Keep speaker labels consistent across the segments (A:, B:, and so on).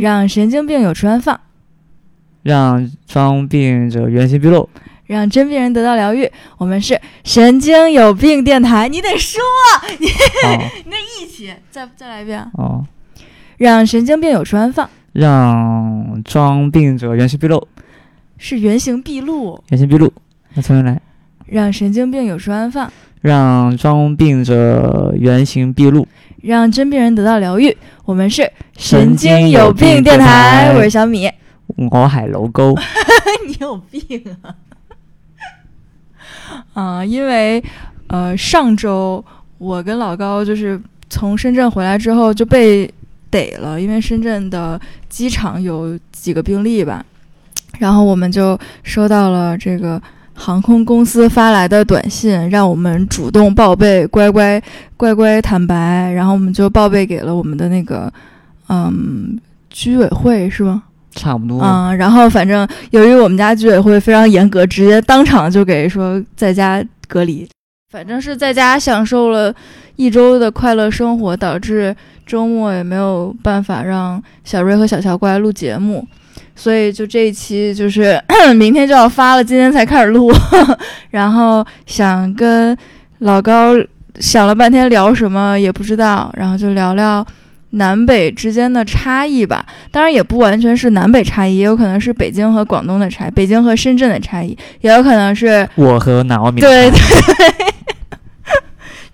A: 让神经病有处安放，
B: 让装病者原形毕 露。
A: 让真病人得到疗愈。我们是神经有病电台，你得说
B: 哦
A: 一起，再再来一遍啊，
B: 哦，
A: 让神经病有处安放，
B: 让装病者原形毕露，
A: 是原形毕露。
B: 原形毕露。那重新来，
A: 让神经病有处安放，
B: 让装病者原形毕露。
A: 让真病人得到疗愈。我们是
B: 神经
A: 有
B: 有病
A: 电
B: 电台
A: 我是小米。
B: 我海楼沟，
A: 你有病啊！ 啊，因为呃，上周我跟老高就是从深圳回来之后就被逮了，因为深圳的机场有几个病例吧，然后我们就收到了这个航空公司发来的短信，让我们主动报备，乖乖乖乖坦白，然后我们就报备给了我们的那个嗯居委会是吗？
B: 差不多。
A: 嗯，然后反正由于我们家居委会非常严格，直接当场就给说在家隔离。反正是在家享受了一周的快乐生活，导致周末也没有办法让小瑞和小乔过来录节目，所以就这一期就是 明天就要发了，今天才开始录， 然后想跟老高想了半天聊什么也不知道，然后就聊聊南北之间的差异吧。当然也不完全是南北差异，也有可能是北京和广东的差异，北京和深圳的差异，也有可能是
B: 我和哪奥米
A: 对对对，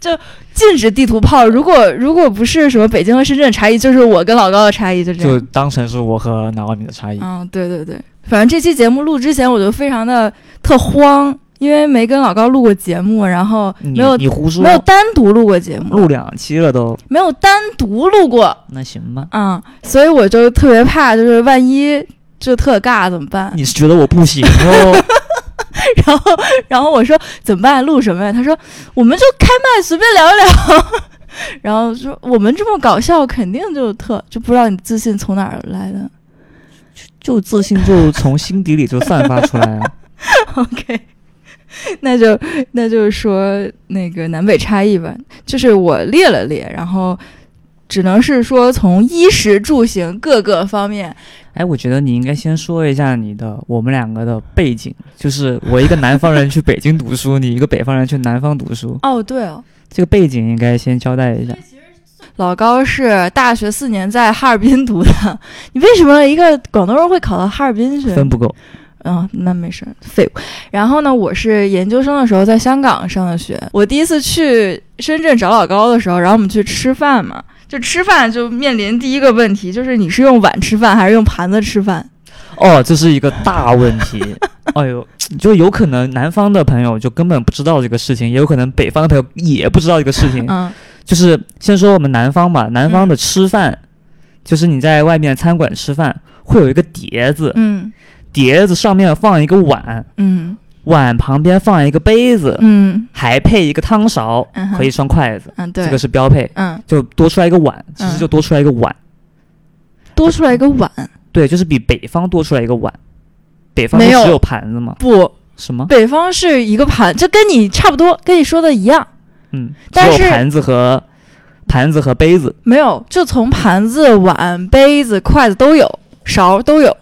A: 就禁止地图炮。如果如果不是什么北京和深圳的差异，就是我跟老高的差异，就这
B: 就
A: 样。
B: 当成是我和哪奥米的差异。
A: 嗯，对对对，反正这期节目录之前我就非常的特慌，因为没跟老高录过节目，然后
B: 你
A: 没有
B: 你胡说
A: 没，有单独录过节目，
B: 录两期了都，
A: 没有单独录过，
B: 那行吧。
A: 嗯，所以我就特别怕，就是万一就特尬怎么办？
B: 你是觉得我不行哦？
A: 然后，然后我说怎么办？录什么呀？他说我们就开麦随便聊一聊。 然后说我们这么搞笑，肯定就特就不知道你自信从哪儿来的。
B: 就自信就从心底里就散发出来啊。
A: OK，那就那就是说那个南北差异吧，就是我列了列，然后只能是说从衣食住行各个方面。
B: 哎，我觉得你应该先说一下你的我们两个的背景，就是我一个南方人去北京读书，你一个北方人去南方读书，
A: 哦，对哦，
B: 这个背景应该先交代一下。
A: 老高是大学四年在哈尔滨读的， 你为什么一个广东人会考到哈尔滨去？
B: 分不够，
A: 嗯，那没事儿，废物。然后呢，我是研究生的时候在香港上的学。我第一次去深圳找老高的时候，然后我们去吃饭嘛，就吃饭就面临第一个问题，就是你是用碗吃饭还是用盘子吃饭？
B: 哦，这是一个大问题。哎呦，就有可能南方的朋友就根本不知道这个事情，也有可能北方的朋友也不知道这个事情。
A: 嗯
B: 就是先说我们南方吧，南方的吃饭，就是你在外面餐馆吃饭会有一个碟子，
A: 嗯
B: 碟子上面放一个碗，
A: 嗯
B: 碗旁边放一个杯子，
A: 嗯
B: 还配一个汤勺
A: 嗯哼
B: 和一双筷子，
A: 嗯，对，
B: 这个是标配。
A: 嗯，
B: 就多出来一个碗，其实就多出来一个碗，
A: 多出来一个碗，
B: 对，就是比北方多出来一个碗。北方就
A: 没有
B: 只有盘子嘛？
A: 不，
B: 什么？
A: 北方是一个盘，这跟你差不多，跟你说的一样。
B: 嗯，只
A: 但
B: 有
A: 是
B: 盘子和盘子和杯子。
A: 没有，就从盘子、碗、杯子、筷子都有，勺都有。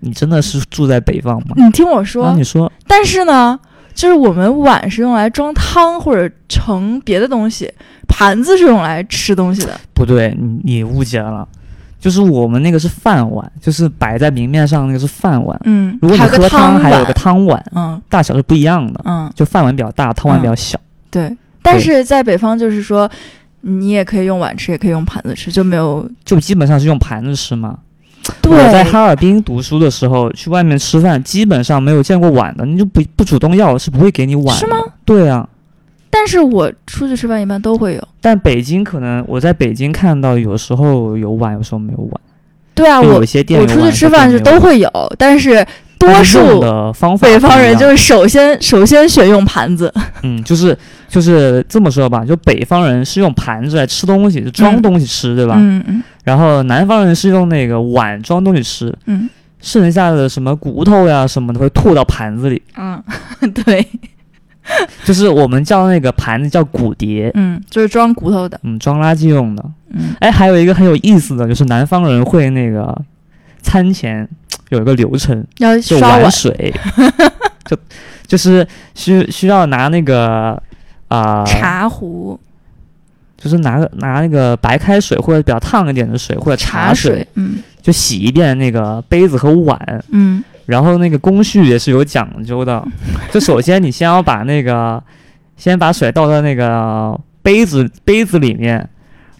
B: 你真的是住在北方吗？
A: 你听我说，
B: 那你说
A: 但是呢，就是我们碗是用来装汤或者盛别的东西，盘子是用来吃东西的。
B: 不对，你你误解了，就是我们那个是饭碗，就是摆在明面上那个是饭碗。
A: 嗯，
B: 如果你
A: 还有
B: 喝
A: 个
B: 汤，
A: 碗，
B: 还有个汤碗，
A: 嗯
B: 大小是不一样的，
A: 嗯，
B: 就饭碗比较大，汤碗比较小。
A: 对。但是在北方，就是说，你也可以用碗吃，也可以用盘子吃，就没有
B: 就基本上是用盘子吃嘛。
A: 对。
B: 我在哈尔滨读书的时候，去外面吃饭，基本上没有见过碗的，你就不不主动要，是不会给你碗的。
A: 是吗？
B: 对啊，
A: 但是我出去吃饭一般都会有。
B: 但北京可能我在北京看到，有时候有碗，有时候没有碗。
A: 对啊，
B: 就有
A: 我
B: 一些店
A: 我
B: 有碗
A: 出去吃饭就
B: 有时候
A: 都
B: 没有碗
A: 会有，但是多
B: 但是用
A: 数
B: 的方法
A: 北方人就是是首先首先选用盘子。
B: 嗯，就是就是这么说吧，就北方人是用盘子来吃东西，就装
A: 嗯
B: 东西吃，对吧？
A: 嗯嗯
B: 然后南方人是用那个碗装东西吃，
A: 嗯
B: 剩下的什么骨头呀什么的会吐到盘子里。
A: 嗯 嗯，对。
B: 就是我们叫那个盘子叫骨碟，
A: 嗯，就是装骨头的，
B: 嗯，装垃圾用的。
A: 嗯，
B: 哎，还有一个很有意思的，就是南方人会那个餐前有一个流程，
A: 要
B: 就
A: 刷
B: 玩
A: 碗，
B: 水， 就就是需需要拿那个啊、
A: 茶壶、
B: 就是拿个拿那个白开水或者比较烫一点的水或者
A: 茶
B: 呃水，，
A: 嗯
B: 就洗一遍那个杯子和碗。
A: 嗯
B: 然后那个工序也是有讲 究的，就首先你先要把那个先把水倒到那个杯子杯子里面。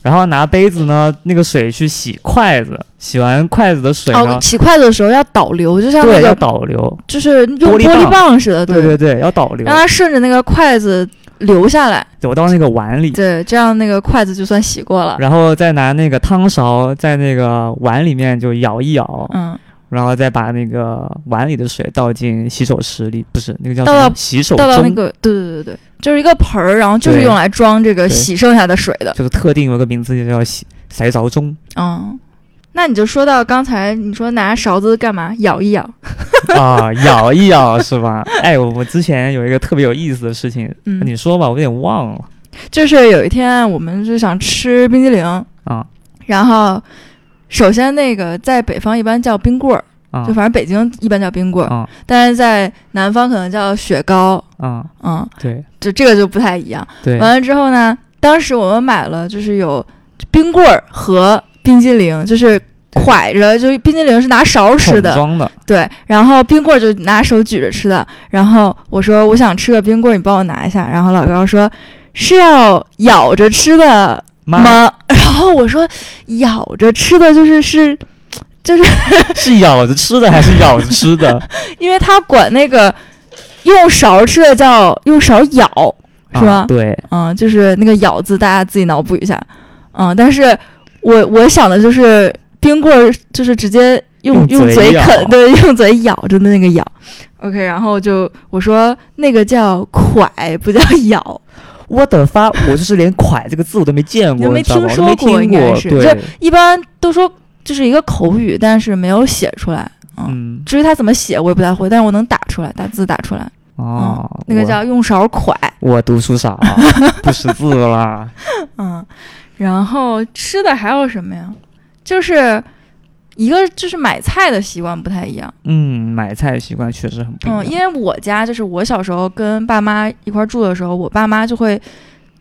B: 然后拿杯子呢，那个水去洗筷子，洗完筷子的水呢，
A: 哦，洗筷子的时候要导流，就像那
B: 对，要
A: 个
B: 导流，
A: 就是用
B: 玻璃
A: 玻璃
B: 棒
A: 棒似的，
B: 对对对，要导流
A: 让，它顺着那个筷子流下来，
B: 流到那个碗里，
A: 对，这样那个筷子就算洗过了。
B: 嗯然后再拿那个汤勺在那个碗里面就舀一舀，
A: 嗯，
B: 然后再把那个碗里的水倒进洗手池里，不是那个叫
A: 倒
B: 什么
A: 到
B: 洗手
A: 倒到那
B: 中，
A: 个，对对对对，就是一个盆儿，然后就是
B: 对
A: 用来装这个
B: 对
A: 洗剩下的水的。
B: 就是特定有个名字就叫洗洗勺中。
A: 嗯，那你就说到刚才你说拿勺子干嘛？舀一舀。
B: 啊，咬一咬是吧？ 哎，我我之前有一个特别有意思的事情，
A: 嗯，
B: 你说吧，我有点忘了
A: 就是有一天我们就想吃冰激凌，
B: 啊
A: 然后首先那个在北方一般叫冰棍儿，
B: 啊
A: 就反正北京一般叫冰棍儿，
B: 啊
A: 但是在南方可能叫雪糕，
B: 啊！
A: 嗯，
B: 对
A: 就这个就不太一样。
B: 对
A: 完了之后呢，当时我们买了就是有冰棍儿和冰激凌，就是。
B: 对
A: 蒯着就是冰激凌是拿勺吃
B: 桶
A: 的，
B: 装的，
A: 对，然后冰棍儿就拿手举着吃的。然后我说我想吃个冰棍儿，你帮我拿一下。然后老高说是要咬着吃的
B: 妈
A: 吗？ 然后我说咬着吃的就是是，就是
B: 是咬着吃的还是咬着吃的
A: 因为他管那个用勺吃的叫用勺咬，是
B: 啊
A: 吧？
B: 对，
A: 嗯，就是那个咬字，大家自己脑补一下。嗯，但是我我想的就是冰棍儿，就是直接用
B: 用
A: 用
B: 嘴
A: 嘴
B: 咬
A: 啃，对， 用嘴咬着的那个咬。OK，然后就我说那个叫蒯，不叫咬。
B: 我的发，我就是连“蒯”这个字我都没见
A: 你
B: 过，
A: 都没
B: 你知道
A: 听
B: 吗？我都没
A: 说过
B: 听
A: 应该
B: 过，
A: 是
B: 对
A: 这，一般都说就是一个口语，但是没有写出来。
B: 嗯，
A: 至于它怎么写，我也不太会，但是我能打出来，打字打出来。
B: 哦，
A: 那个
B: 我
A: 叫用勺蒯。
B: 我读书少，啊 不识字啦。
A: 嗯，然后吃的还有什么呀？就是一个就是买菜的习惯不太一样。
B: 嗯，买菜习惯确实很不
A: 嗯，
B: 一
A: 因
B: 样。
A: 为我家就是我小时候跟爸妈一块儿住的时候，我爸妈就会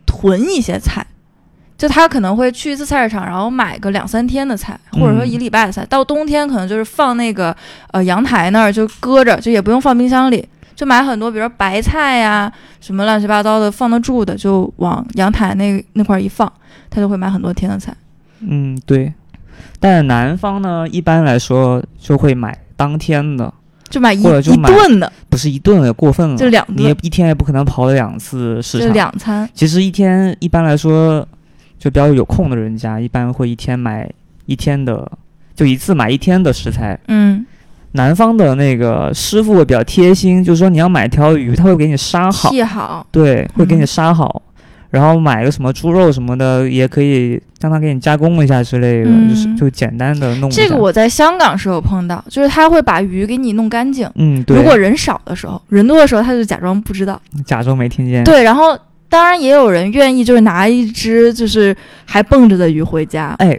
A: 囤一些菜，就他可能会去一次菜市场，然后买个两三天的菜，或者说
B: 嗯
A: 一礼拜的菜。到冬天可能就是放那个呃阳台那儿就搁着，就也不用放冰箱里，就买很多，比如说白菜呀、什么乱七八糟的放得住的，就往阳台那那块儿一放，他就会买很多天的菜。
B: 嗯，对。但南方呢，一般来说就会买当天的，
A: 就买一
B: 或者就
A: 一
B: 买嗯
A: 顿的，
B: 不是一顿也过分了，
A: 就两
B: 你也
A: 顿，
B: 一天也不可能跑两次市
A: 就
B: 场。
A: 两餐。
B: 其实一天一般来说，就比较有空的人家，一般会一天买一天的，就一次买一天的食材。
A: 嗯，
B: 南方的那个师傅会比较贴心，就是说你要买条鱼，他会给你杀好，
A: 剃好，
B: 对，会给
A: 嗯
B: 你杀好，然后买个什么猪肉什么的，也可以让他给你加工一下之类的，就是
A: 嗯
B: 就简单的弄一下。
A: 这个我在香港时候碰到，就是他会把鱼给你弄干净。
B: 嗯，对，
A: 如果人少的时候，人多的时候他就假装不知道。
B: 假装没听见，
A: 对，然后当然也有人愿意就是拿一只就是还蹦着的鱼回家。
B: 哎，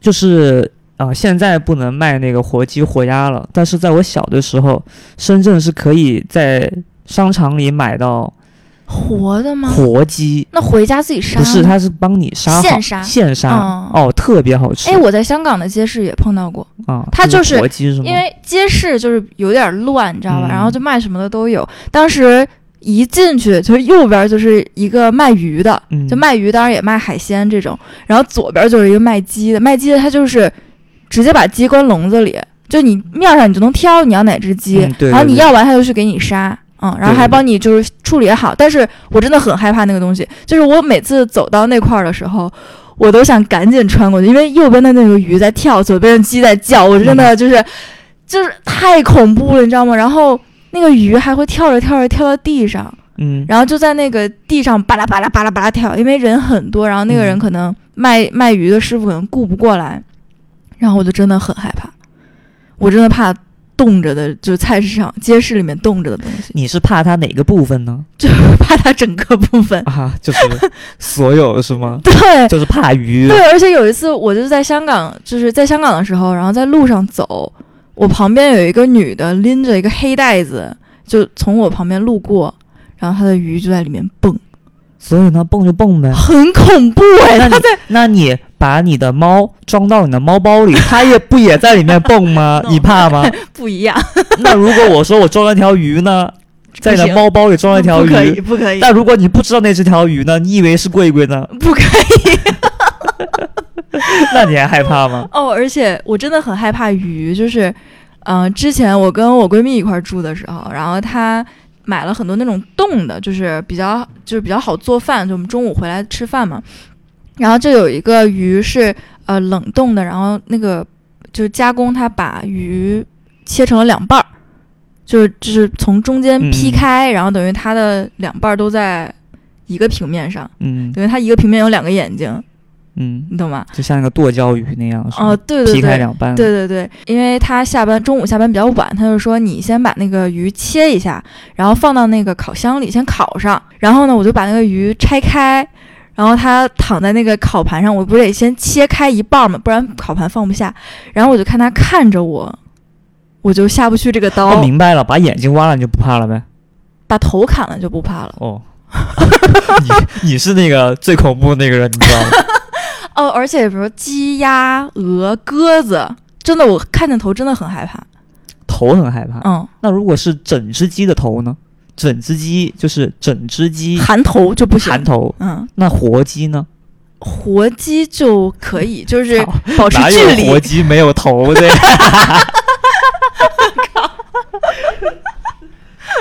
B: 就是啊、呃现在不能卖那个活鸡活鸭了，但是在我小的时候，深圳是可以在商场里买到
A: 活的吗？
B: 活鸡，
A: 那回家自己杀？
B: 不是，。它是帮你杀好
A: 现杀
B: 现杀
A: 嗯
B: 哦，特别好吃。
A: 哎，我在香港的街市也碰到过，
B: 啊，
A: 它就是
B: 活鸡是吗？
A: 因为街市就是有点乱，你知道吧？
B: 嗯
A: 然后就卖什么的都有。当时一进去，就是右边就是一个卖鱼的，
B: 嗯
A: 就卖鱼，当然也卖海鲜这种。然后左边就是一个卖鸡的，卖鸡的他就是直接把鸡关笼子里，就你面上你就能挑你要哪只鸡，
B: 嗯对
A: 然后
B: 对
A: 你
B: 对
A: 要完他就去给你杀。嗯，然后
B: 对
A: 还
B: 对
A: 帮你就是处理好，但是我真的很害怕那个东西，就是我每次走到那块儿的时候，我都想赶紧穿过去，因为右边的那个鱼在跳，左边的鸡在叫，我真
B: 嗯
A: 的就是、就是太恐怖了，你知道吗？然后那个鱼还会跳着跳着跳到地上，
B: 嗯
A: 然后就在那个地上巴拉巴拉巴拉巴拉跳，因为人很多，然后那个人
B: 嗯
A: 可能卖、卖鱼的师傅可能顾不过来，然后我就真的很害怕，我真的怕冻着的，就菜市场、街市里面冻着的东西，
B: 你是怕它哪个部分呢？
A: 怕它整个部分。
B: 啊，就是所有是 吗？
A: 对
B: 就是怕鱼。
A: 对，而且有一次我就是在香港，就是在香港的时候，然后在路上走，我旁边有一个女的拎着一个黑袋子，就从我旁边路过，然后她的鱼就在里面蹦，
B: 所以呢，蹦就蹦呗。
A: 很恐怖哎、
B: 那
A: 她
B: 你那你把你的猫装到你的猫包里，它也不也在里面蹦 吗
A: No？
B: 你怕吗？
A: 不一样，
B: 那如果我说我装了条鱼呢，在你
A: 不行
B: 的猫包里装了条
A: 不可以，
B: 鱼，
A: 不可以，
B: 但如果你不知道那是条鱼呢，你以为是贵贵呢，
A: 不可以。
B: 那你还害怕吗？
A: 哦，而且我真的很害怕鱼，就是，嗯、之前我跟我闺蜜一块儿住的时候，然后她买了很多那种冻的，就是比较就是比较好做饭，就我们中午回来吃饭嘛，然后就有一个鱼是呃冷冻的，然后那个就是加工，它把鱼切成了两半儿。就是就是从中间劈
B: 嗯
A: 开，然后等于它的两半儿都在一个平面上，
B: 嗯
A: 等于它一个平面有两个眼睛，
B: 嗯，
A: 你懂吗？
B: 就像一个剁椒鱼那样，是
A: 哦、
B: 吗
A: 对对对，
B: 劈开两半。
A: 对对对，因为他下班中午下班比较晚，他就说你先把那个鱼切一下，然后放到那个烤箱里先烤上。然后呢，我就把那个鱼拆开，然后它躺在那个烤盘上，我不是得先切开一半儿嘛，不然烤盘放不下。然后我就看它看着我，我就下不去这个刀，
B: 哦，明白了，把眼睛挖了你就不怕了呗？
A: 把头砍了就不怕了。
B: 哦，你你是那个最恐怖的那个人，你知道吗？
A: 哦，而且比如鸡、鸭、鹅、鸽子，真的我看见头真的很害怕。
B: 头很害怕。
A: 嗯，
B: 那如果是整只鸡的头呢？整只鸡就是整只鸡
A: 含头就不行。
B: 含头，
A: 嗯，
B: 那活鸡呢？
A: 活鸡就可以，就是
B: 操
A: 保持
B: 哪
A: 距
B: 有活
A: 离。
B: 鸡没有 头的？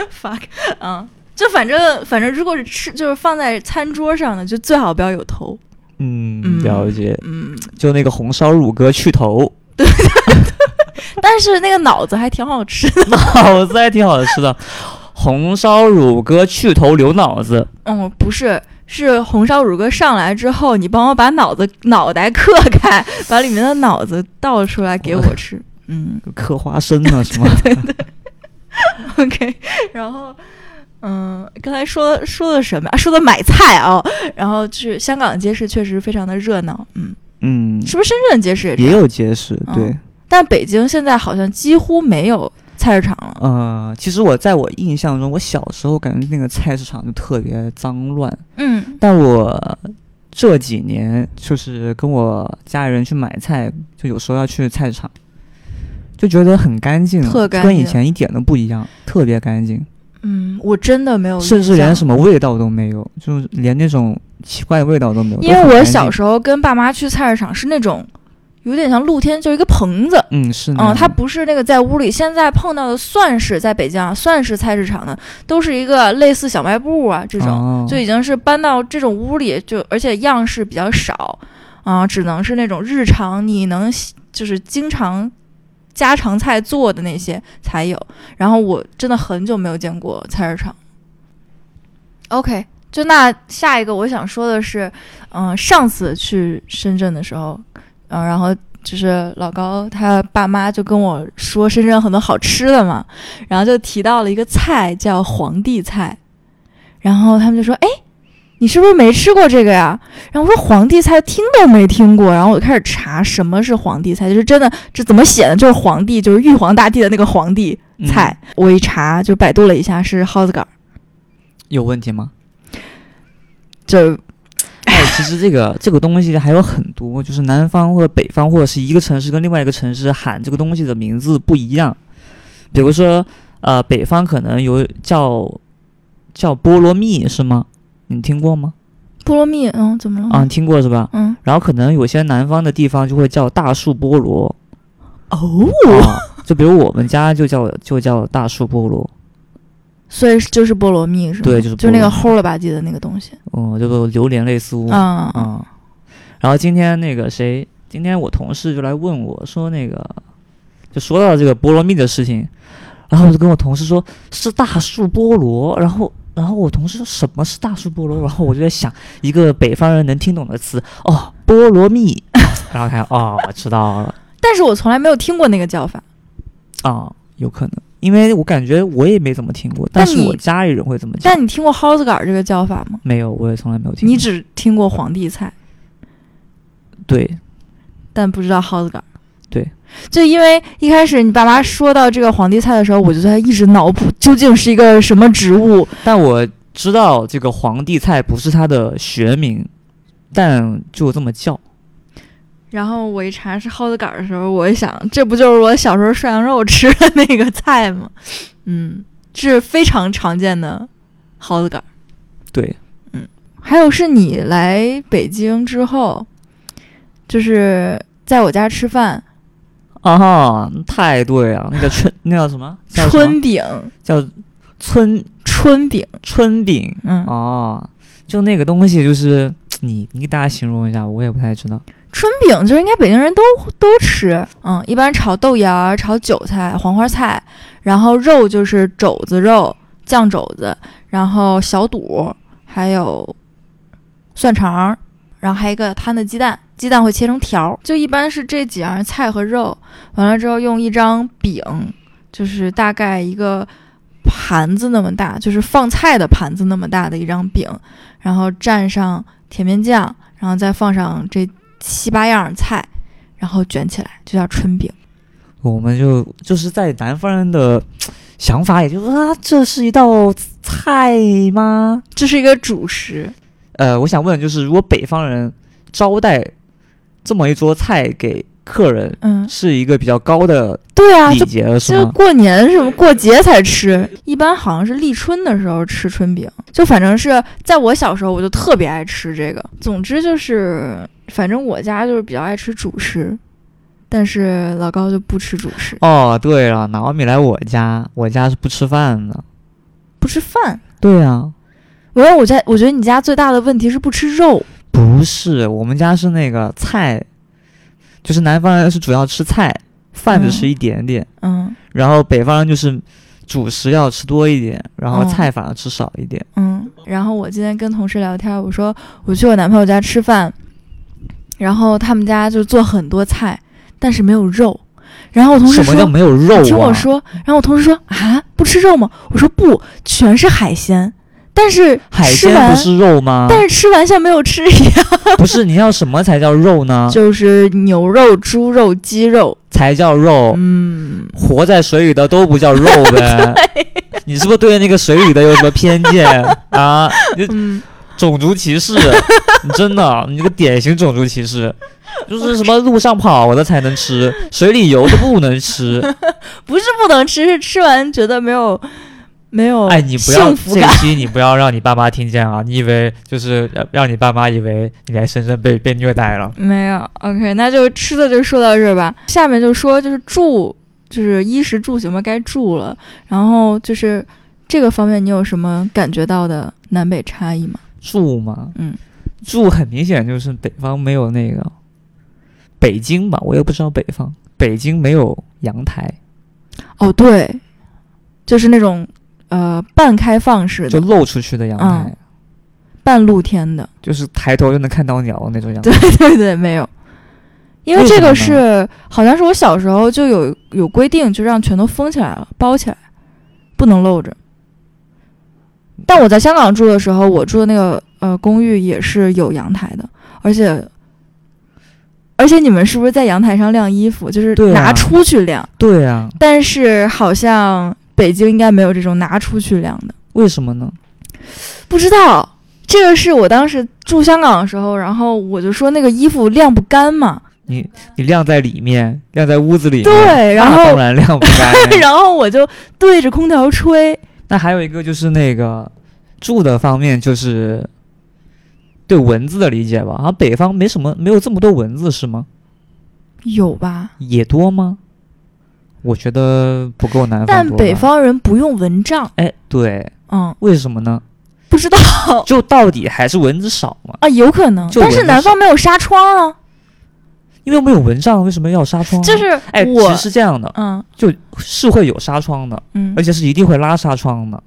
A: fuck，嗯，就反正反正，如果是吃，就是放在餐桌上的，就最好不要有头。
B: 嗯，
A: 嗯
B: 了解。
A: 嗯，
B: 就那个红烧乳鸽去头，
A: 但是那个脑子还挺好吃的。
B: 脑子还挺好吃的。红烧乳鸽去头留脑子，
A: 嗯，不是，是红烧乳鸽上来之后，你帮我把脑子脑袋刻开，把里面的脑子倒出来给我吃。嗯
B: 嗑花生啊呢 是吗？
A: ，OK，然后。嗯，刚才说说的什么啊？说的买菜啊、然后就是香港街市确实非常的热闹，嗯，
B: 嗯，
A: 是不是深圳街市也这样
B: 也有结石，
A: 嗯
B: 对。
A: 但北京现在好像几乎没有菜市场了。
B: 呃，其实我在我印象中，我小时候感觉那个菜市场就特别脏乱，
A: 嗯
B: 但我这几年就是跟我家人去买菜，就有时候要去菜市场，就觉得很干净，
A: 特干净
B: 跟以前一点都不一样，特别干净，
A: 嗯，我真的没有印象，
B: 甚至连什么味道都没有，就是连那种奇怪的味道都没有。
A: 因为
B: 都很
A: 我
B: 干净
A: 小时候跟爸妈去菜市场是那种有点像露天，就是一个棚子。
B: 嗯是
A: 嗯，
B: 那样
A: 它不是那个在屋里。现在碰到的算是在北京啊，算是菜市场的，都是一个类似小卖部啊这种，
B: 哦
A: 就已经是搬到这种屋里，就而且样式比较少啊，只能是那种日常你能就是经常家常菜做的那些才有。然后我真的很久没有见过菜市场。OK，就那下一个我想说的是，嗯、上次去深圳的时候，嗯、然后就是老高他爸妈就跟我说深圳很多好吃的嘛，然后就提到了一个菜叫皇帝菜，然后他们就说，哎。你是不是没吃过这个呀？然后我说皇帝菜听都没听过，然后我就开始查什么是皇帝菜，就是真的这怎么写呢？就是皇帝，就是玉皇大帝的那个皇帝菜。我一查就百度了一下是蒿子杆儿，
B: 嗯有问题吗？
A: 就
B: 哎，其实这个这个东西还有很多，就是南方或者北方或者是一个城市跟另外一个城市喊这个东西的名字不一样。比如说，呃，北方可能有叫叫菠萝蜜是吗？你听过吗？
A: 菠萝蜜，嗯，怎么了？
B: 啊，你听过是吧？
A: 嗯，
B: 然后可能有些南方的地方就会叫大树菠萝，
A: 哦，
B: 啊、就比如我们家就叫就叫大树菠萝，
A: 所以就是菠萝蜜是吗？
B: 对就是菠萝蜜
A: 就是那个齁了吧唧的那个东西。
B: 嗯，就是榴莲类似物
A: 啊、嗯，
B: 啊、然后今天那个谁，今天我同事就来问我说，那个就说到这个菠萝蜜的事情，然后我就跟我同事说是大树菠萝，然后然后我同事说什么是大树菠萝，然后我就在想一个北方人能听懂的词哦，菠萝蜜， 然后他哦，我知道了
A: 但是我从来没有听过那个叫法。
B: 啊、有可能，因为我感觉我也没怎么听过，但
A: 但
B: 是我
A: 你
B: 家里人会这么讲
A: 但。你听过蒿子杆儿这个叫法吗？
B: 没有，我也从来没有听过。
A: 你只听过皇帝菜，
B: 对
A: 但不知道蒿子杆儿。
B: 对，
A: 就因为一开始你爸妈说到这个皇帝菜的时候，我就在一直脑补究竟是一个什么植物。
B: 但我知道这个皇帝菜不是它的学名，但就这么叫。
A: 然后我一查是蒿子杆儿的时候，我一想，这不就是我小时候涮羊肉吃的那个菜吗？嗯，是非常常见的蒿子杆儿。
B: 对，
A: 嗯还有是你来北京之后，就是在我家吃饭，
B: 啊哈，太对了，那叫春，那叫什 么？叫什么
A: 春饼，
B: 叫春
A: 春饼，
B: 春饼
A: 嗯，
B: 哦，就那个东西，就是你你给大家形容一下，我也不太知道。
A: 春饼就是应该北京人都都吃，嗯，一般炒豆芽儿、炒韭菜、黄花菜，然后肉就是肘子肉、酱肘子，然后小肚，还有蒜肠儿，然后还有一个摊的鸡蛋，鸡蛋会切成条儿，就一般是这几样菜和肉，完了之后用一张饼，就是大概一个盘子那么大，就是放菜的盘子那么大的一张饼，然后蘸上甜面酱，然后再放上这七八样菜，然后卷起来就叫春饼。
B: 我们就就是在南方人的呃想法，也就是啊，这是一道菜吗？
A: 这是一个主食，
B: 呃，我想问，就是如果北方人招待这么一桌菜给客人，
A: 嗯，
B: 是一个比较高的
A: 对啊，
B: 礼
A: 就
B: 节了，是
A: 就
B: 吗？
A: 过年什么过节才吃，一般好像是立春的时候吃春饼，就反正是在我小时候我就特别爱吃这个。总之就是，反正我家就是比较爱吃主食，但是老高就不吃主食，
B: 哦，对了，拿奥米来我家，我家是不吃饭的。
A: 不吃饭。
B: 对啊，
A: 我说我在，我觉得你家最大的问题是不吃肉，
B: 不是，我们家是那个菜，就是南方人是主要吃菜，饭只吃一点点，
A: 嗯
B: 然后北方人就是主食要吃多一点，然后
A: 嗯
B: 菜反而吃少一点。
A: 嗯，然后我今天跟同事聊天，我说我去我男朋友家吃饭，然后他们家就做很多菜，但是没有肉。然后我同事
B: 什
A: 说
B: 么叫：“没有肉啊？
A: 你听我说。”然后我同事说：“啊，不吃肉吗？”我说：“不，全是海鲜。但是
B: 海
A: 吃
B: 鲜
A: 完，
B: 不是肉吗？
A: 但是吃完像没有吃一样，
B: 不是，你要什么才叫肉呢？
A: 就是牛肉、猪肉、鸡肉。
B: 才叫肉，
A: 嗯，
B: 活在水里的都不叫肉呗。你是不是 对那个水里的有什么偏见 啊？你
A: 嗯，
B: 种族歧视，你真的，你这个典型种族歧视，就是什么路上跑的才能吃，水里游的不能 吃。
A: 不是不能吃，是吃完觉得没有没有
B: 哎，你不要
A: 幸福
B: 这
A: 感。
B: 期你不要让你爸妈听见啊！你以为就是呃让你爸妈以为你来深圳被被虐待了。
A: 没有，OK，那就吃的就说到这儿吧。下面就说就是住，就是衣食住行吧，该住了。然后就是这个方面，你有什么感觉到的南北差异吗？
B: 住嘛，
A: 嗯，
B: 住很明显就是北方没有那个北京吧，我也不知道北方，北京没有阳台，
A: 哦，对，就是那种呃半开放式
B: 就
A: 的、
B: 露出去的阳
A: 嗯
B: 台，
A: 半露天的。
B: 就是抬头就能看到鸟的那种阳台
A: 对。对对，没有，因为
B: 为
A: 这
B: 什么
A: 个
B: 呢
A: 是好像是我小时候就有有规定，就让全都封起来了，包起来，不能露着。但我在香港住的时候，我住的那个呃公寓也是有阳台的，而且而且你们是不是在阳台上晾衣服，就是
B: 对啊
A: 拿出去晾？
B: 对啊，
A: 但是好像北京应该没有这种拿出去晾的。
B: 为什么呢？
A: 不知道，这个是我当时住香港的时候，然后我就说那个衣服晾不干嘛，
B: 你你晾在里面，晾在屋子里面，
A: 对，然
B: 那啊当
A: 后
B: 然晾不 干呀。
A: 然后我就对着空调吹，
B: 那还有一个就是那个住的方面，就是对蚊子的理解吧。好像北方没什么，没有这么多蚊子是吗？
A: 有吧？
B: 也多吗？我觉得不够南方
A: 但
B: 多吧
A: 北，方人不用蚊帐，
B: 哎，对，
A: 嗯，
B: 为什么呢？
A: 不知道
B: 就到底还是蚊子少嘛，
A: 啊，有可能，
B: 就
A: 但是
B: 蚊子哦
A: 南方没有纱窗啊，
B: 因为没有蚊帐，为什么要纱窗？
A: 就，是
B: 哎，其
A: 我
B: 实，是哎这样的，
A: 嗯
B: 是会有纱窗的，
A: 嗯
B: 而，且是一定会拉纱窗的。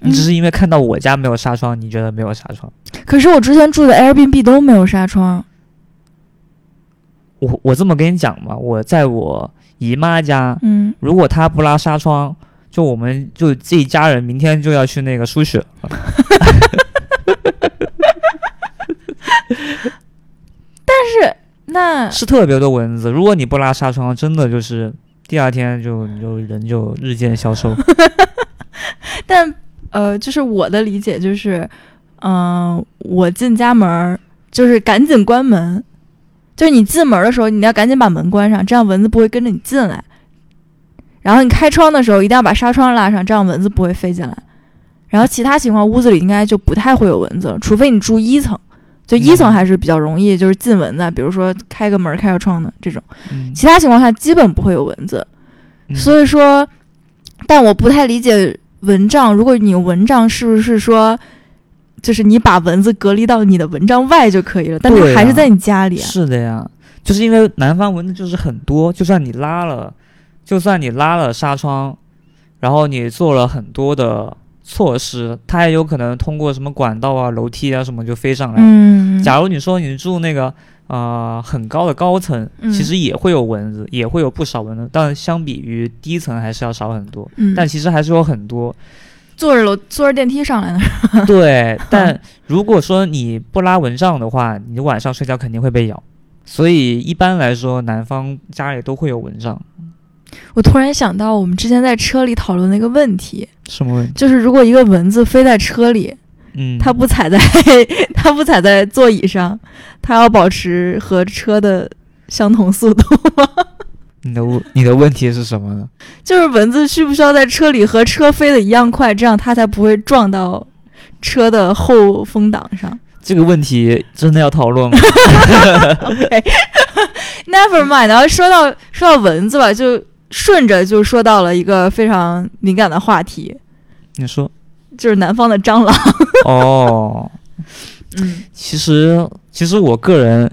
B: 你
A: 嗯
B: 只是因为看到我家没有纱窗，你觉得没有纱窗？
A: 可是我之前住的 Airbnb 都没有纱窗，
B: 我我这么跟你讲吧，我在我姨妈家，
A: 嗯，
B: 如果她不拉纱窗，就我们就这一家人明天就要去那个输血了。
A: 那
B: 是特别多蚊子。如果你不拉纱窗，真的就是第二天就你就人就日渐 消瘦。
A: 但呃，就是我的理解就是，嗯、我进家门儿就是赶紧关门，就是你进门儿的时候，你要赶紧把门关上，这样蚊子不会跟着你进来。然后你开窗的时候一定要把纱窗拉上，这样蚊子不会飞进来。然后其他情况屋子里应该就不太会有蚊子了，除非你住一层，就一层
B: 嗯
A: 还是比较容易就是进蚊子啊，比如说开个门儿、开个窗的这种。
B: 嗯
A: 其他情况下基本不会有蚊子。
B: 嗯
A: 所以说，但我不太理解蚊帐。如果你有蚊帐，是不是说，就是你把蚊子隔离到你的蚊帐外就可以了？但
B: 对
A: 它
B: 啊
A: 还是在你家里啊。
B: 是的呀，就是因为南方蚊子就是很多，就算你拉了，就算你拉了纱窗，然后你做了很多的措施，它也有可能通过什么管道啊、楼梯啊什么就飞上来。
A: 嗯，
B: 假如你说你住那个呃很高的高层，
A: 嗯
B: 其实也会有蚊子，也会有不少蚊子，但相比于低层还是要少很多。
A: 嗯
B: 但其实还是有很多。
A: 坐着楼坐着电梯上来的，
B: 对，但如果说你不拉蚊帐的话，你晚上睡觉肯定会被咬。所以一般来说，南方家里都会有蚊帐。
A: 我突然想到我们之前在车里讨论的一个问题，
B: 什么问题？
A: 就是如果一个蚊子飞在车里，
B: 嗯，
A: 它不踩在 它不踩在座椅上，它要保持和车的相同速度吗？
B: 你的问你的问题是什么呢？
A: 就是蚊子需不需要在车里和车飞的一样快，这样它才不会撞到车的后风挡上
B: 这个问题真的要讨论 吗？
A: ？Never mind。然后说到说到蚊子吧，就顺着就说到了一个非常敏感的话题，
B: 你说
A: 就是南方的蟑螂。
B: 哦，
A: 嗯，
B: 其实其实我个人。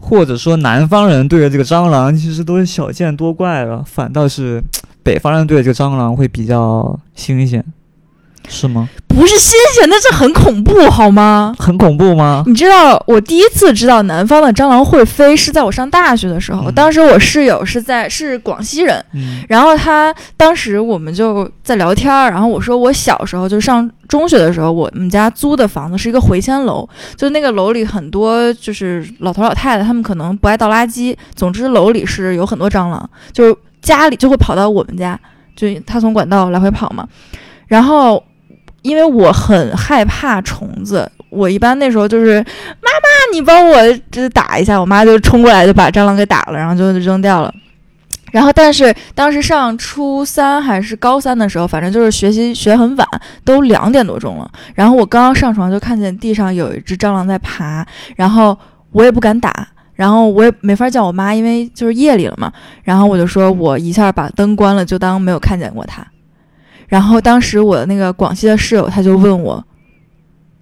B: 或者说，南方人对着这个蟑螂其实都是小见多怪了，反倒是北方人对着这个蟑螂会比较新鲜，是吗？
A: 不是新鲜，那是很恐怖好吗？
B: 很恐怖吗？
A: 你知道我第一次知道南方的蟑螂会飞是在我上大学的时候，
B: 嗯
A: 当时我室友是在是广西人，
B: 嗯
A: 然后他当时我们就在聊天儿，然后我说我小时候就上中学的时候，我们家租的房子是一个回迁楼，就那个楼里很多就是老头老太太，他们可能不爱倒垃圾，总之楼里是有很多蟑螂，就是家里就会跑到我们家，就他从管道来回跑嘛。然后因为我很害怕虫子，我一般那时候就是妈妈你帮我这打一下，我妈就冲过来就把蟑螂给打了，然后就扔掉了。然后，但是当时上初三还是高三的时候，反正就是学习学很晚，都两点多钟了。然后我刚刚上床就看见地上有一只蟑螂在爬，然后我也不敢打，然后我也没法叫我妈，因为就是夜里了嘛。然后我就说我一下把灯关了，就当没有看见过它。然后当时我那个广西的室友他就问我，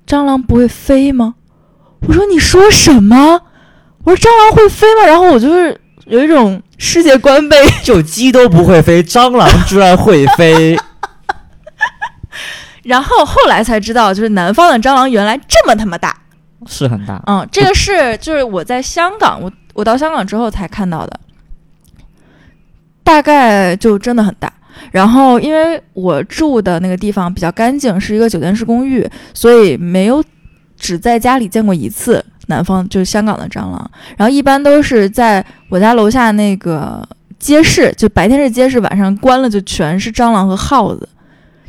A: 蟑螂不会飞吗？我说你说什么？我说蟑螂会飞吗？然后我就是有一种世界观被
B: 就鸡都不会飞，蟑螂居然会 飞。
A: 然后后来才知道，就是南方的蟑螂原来这么他妈大。
B: 是很大，
A: 嗯，这个是就是我在香港，我我到香港之后才看到的，大概就真的很大。然后因为我住的那个地方比较干净，是一个酒店式公寓，所以没有只在家里见过一次南方就是香港的蟑螂。然后一般都是在我家楼下那个街市，就白天是街市，晚上关了就全是蟑螂和耗子，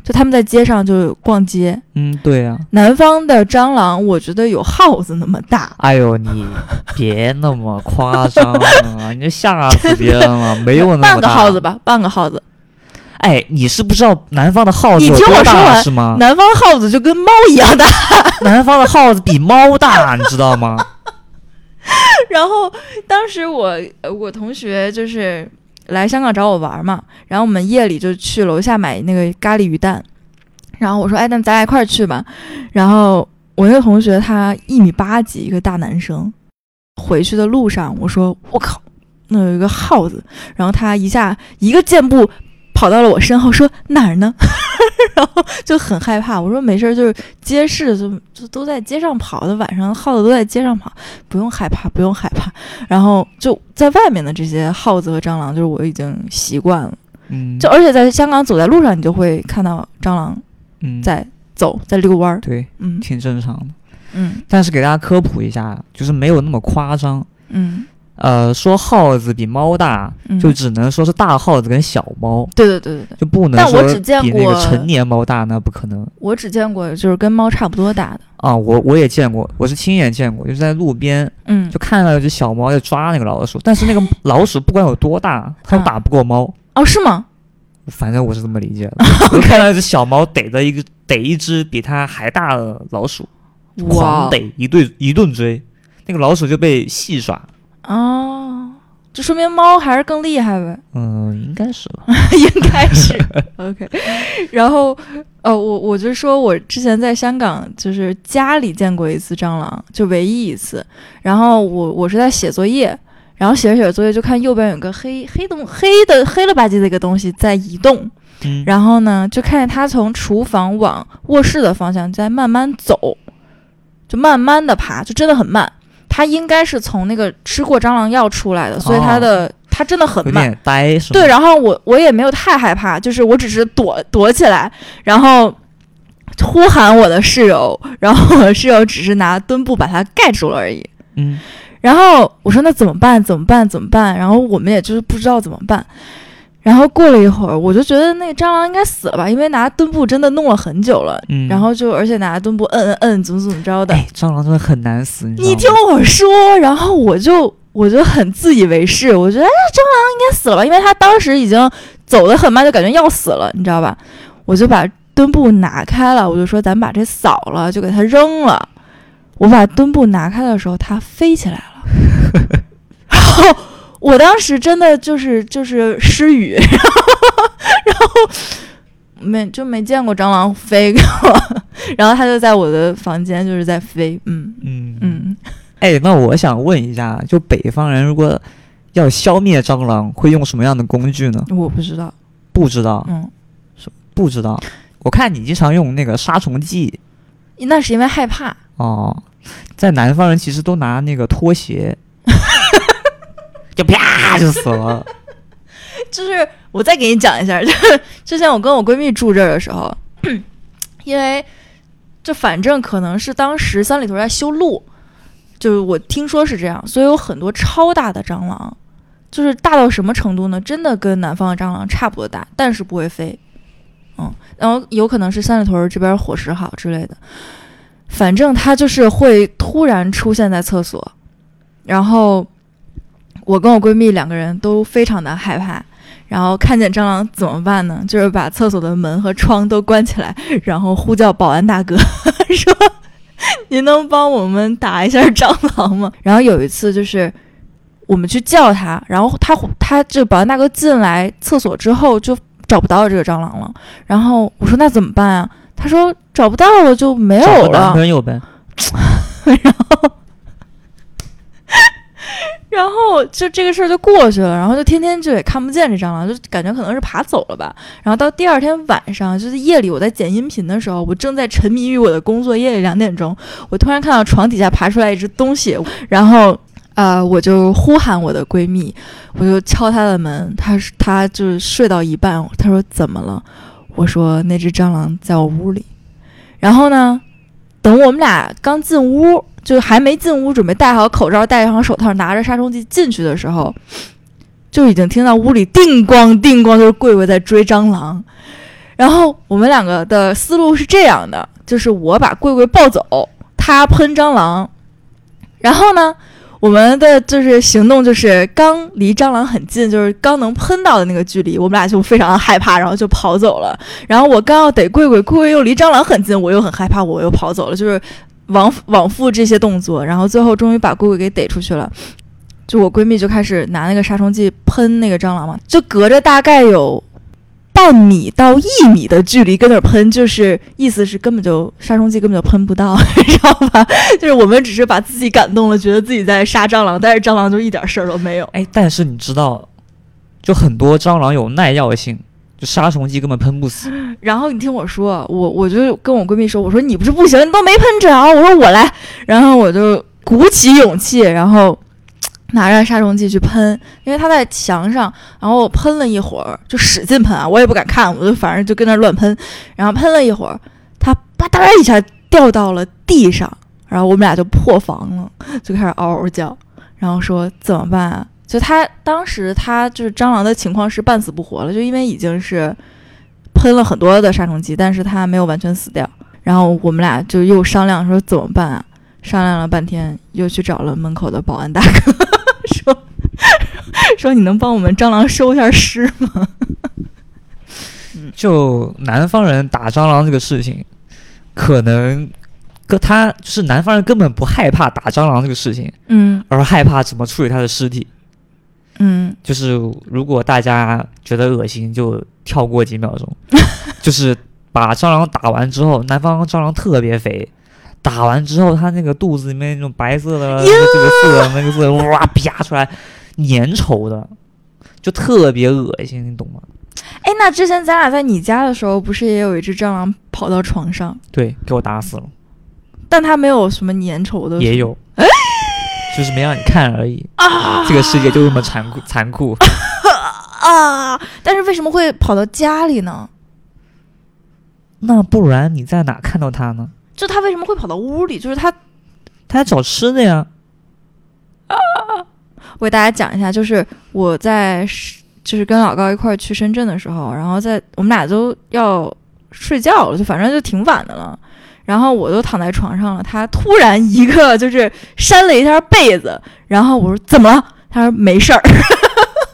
A: 就他们在街上就逛街。
B: 嗯，对呀、
A: 南方的蟑螂，我觉得有耗子那么大。
B: 哎呦，你别那么夸张啊，你就吓死别 人了，没有那
A: 半个
B: 么大。啊
A: 耗子吧，半个耗子。
B: 哎，你是不知道南方的耗子
A: 你
B: 有
A: 听我
B: 多
A: 说
B: 大
A: 完
B: 是吗？
A: 南方耗子就跟猫一样大。
B: 南方的耗子比猫大，你知道吗？
A: 然后当时我呃我同学就是来香港找我玩嘛，然后我们夜里就去楼下买那个咖喱鱼蛋，然后我说哎，那咱俩一块儿去吧。然后我那个同学他一米八几，一个大男生。回去的路上，我说我靠，那有一个耗子，然后他一下一个箭步。跑到了我身后说哪儿呢？ 然后就很害怕。我说没事儿，就是街市，就就都在街上跑的，晚上耗子都在街上跑，不用害怕，不用害怕。然后就在外面的这些耗子和蟑螂，就是我已经习惯了。
B: 嗯，
A: 就而且在香港走在路上，你就会看到蟑螂
B: 嗯
A: 在走，在遛弯儿。
B: 对，
A: 嗯
B: 挺正常的。
A: 嗯
B: 但是给大家科普一下，就是没有那么夸张。
A: 嗯
B: 呃，说耗子比猫大，
A: 嗯，
B: 就只能说是大耗子跟小猫，
A: 对对对对对，
B: 就不能
A: 但
B: 说
A: 我只见
B: 比那个
A: 过
B: 成年猫大，那不可能
A: 我只见过就是跟猫差不多大的。
B: 啊！我我也见过，我是亲眼见过，就是在路边
A: 嗯
B: 就看到有只小猫在抓那个老鼠，但是 那个老鼠不管有多大，它
A: 啊
B: 都打不过猫。
A: 哦，是吗？
B: 反正我是这么理 解的，我看到一只小猫逮着一个逮一只比它还大的老鼠，狂
A: 哇哦
B: 逮一顿一顿追，那个老鼠就被戏耍。
A: 哦，这说明猫还是更厉害呗。
B: 嗯，应该是吧。
A: 应该是 OK。然后，呃，我我就说我之前在香港就是家里见过一次蟑螂，就唯一一次。然后我我是在写作业，然后写着写着作业就看右边有个黑黑东黑的黑了吧唧的一个东西在移动，
B: 嗯，
A: 然后呢就看见它从厨房往卧室的方向在慢慢走，就慢慢的爬，就真的很慢。它应该是从那个吃过蟑螂药出来的，所以它
B: 哦
A: 的它真的很
B: 有
A: 慢。
B: 点呆是吧？
A: 对，，然后我我也没有太害怕，就是我只是躲躲起来，然后呼喊我的室友，然后我的室友只是拿墩布把它盖住了而已。
B: 嗯，
A: 然后我说那怎么办？怎么办？怎么办？然后我们也就是不知道怎么办。然后过了一会儿，我就觉得那蟑螂应该死了吧，因为拿墩布真的弄了很久了，
B: 嗯
A: 然后就而且拿墩布摁摁摁，怎么怎么着的。
B: 哎，蟑螂真的很难死，
A: 你
B: 你知
A: 听
B: 道吗
A: 我说，然后我就我就很自以为是，我觉得哎，蟑螂应该死了吧，因为它当时已经走得很慢，就感觉要死了，你知道吧？我就把墩布拿开了，我就说咱把这扫了，就给它扔了。我把墩布拿开的时候，它飞起来了， 然后我当时真的就是就是失语， 然后然后没就没见过蟑螂飞过， 然后它就在我的房间就是在飞，嗯
B: 嗯嗯。
A: 嗯。
B: 哎，那我想问一下，就北方人如果要消灭蟑螂，会用什么样的工具呢？
A: 我不知道，
B: 不知道，
A: 嗯，
B: 不知道。我看你经常用那个杀虫剂
A: 那是因为害怕，
B: 哦，在南方人其实都拿那个拖鞋， 就啪就死 了。
A: 就是我再给你讲一下， 就是之前我跟我闺蜜住这儿的时 候，因为就反正可能是当时三里屯在修路，就是我听说是这样，所以有很多超大的蟑螂，就是大到什么程度呢？真的跟南方的蟑螂差不多大，但是不会飞，嗯，然后有可能是三里屯这边伙食好之类的，反正它就是会突然出现在厕所，然后。我跟我闺蜜两个人都非常的害怕，然后看见蟑螂怎么办呢？就是把厕所的门和窗都关起来，然后呼叫保安大哥 说：“您能帮我们打一下蟑螂吗？”然后有一次就是我们去叫他，然后他他这个保安大哥进来厕所之后就找不到这个蟑螂了。然后我说：“那怎么办啊？”他说：“找不到了就没
B: 找
A: 有
B: 个男
A: 了。
B: 朋友呗。”
A: 然后就这个事儿就过去了，然后就天天就也看不见这蟑螂，就感觉可能是爬走了吧。然后到第二天晚上，就是夜里我在剪音频的时候，我正在沉迷于我的工作，夜里两点钟，我突然看到床底下爬出来一只东西，然后呃，我就呼喊我的闺蜜，我就敲她的门，她是她就是睡到一半，她说怎么了？我说那只蟑螂在我屋里。然后呢，等我们俩刚进屋，就还没进屋，准备戴好口罩、戴上手套，拿着杀虫剂进去的时候，就已经听到屋里叮咣叮咣，就是贵贵在追蟑螂。然后我们两个的思路是这样的：就是我把贵贵抱走，他喷蟑螂，然后呢，我们的就是行动就是刚离蟑螂很近，就是刚能喷到的那个距离，我们俩就非常害怕，然后就跑走了。然后我刚要逮贵贵，贵贵又离蟑螂很近，我又很害怕，我又跑走了，就是往复往复这些动作，然后最后终于把贵贵给逮出去了。就我闺蜜就开始拿那个杀虫剂喷那个蟑螂嘛，就隔着大概有半米到一米的距离跟那儿喷，就是意思是根本就杀虫剂根本就喷不到， 你知道吧？就是我们只是把自己感动了，觉得自己在杀蟑螂，但是蟑螂就一点事儿都没有。
B: 哎，但是你知道，就很多蟑螂有耐药性，就杀虫剂根本喷不死。
A: 然后你听我说，我我就跟我闺蜜说，我说你不是不行，你都没喷着，我说我来，然后我就鼓起勇气，然后拿着杀虫剂去喷，因为它在墙上，然后我喷了一会儿，就使劲喷啊，我也不敢看，我就反正就跟那儿乱喷，然后喷了一会儿，它吧嗒一下掉到了地上，然后我们俩就破防了，就开始嗷嗷叫，然后说怎么办啊？就他当时他就是蟑螂的情况是半死不活了，就因为已经是。喷了很多的杀虫剂，但是它没有完全死掉。然后我们俩就又商量说怎么办啊？商量了半天，又去找了门口的保安大哥， 说说你能帮我们蟑螂收一下尸吗？
B: 就南方人打蟑螂这个事情，可能跟他就是南方人根本不害怕打蟑螂这个事情，
A: 嗯
B: 而害怕怎么处理他的尸体。
A: 嗯，
B: 就是如果大家觉得恶心，就跳过几秒钟。就是把蟑螂打完之后，南方蟑螂特别肥，打完之后它那个肚子里面那种白色的这个色那个色，哇啪出来，粘稠的，就特别恶心，你懂吗？
A: 哎，那之前咱俩在你家的时候，不是也有一只蟑螂跑到床上，
B: 对，给我打死了，
A: 但它没有什么粘稠的，
B: 也 有，就是没让你看而已。
A: 啊
B: 这个世界就这么残酷，残 酷。
A: 啊！但是为什么会跑到家里呢？
B: 那不然你在哪看到它呢？
A: 就它为什么会跑到屋里？就是它
B: 它在找吃的呀。
A: 我给大家讲一下，就是我在是就是跟老高一块儿去深圳的时候，然后在我们俩都要睡觉了，就反正就挺晚的了。然后我都躺在床上了，他突然一个就是扇了一下被子，然后我说怎么了？他说没事儿，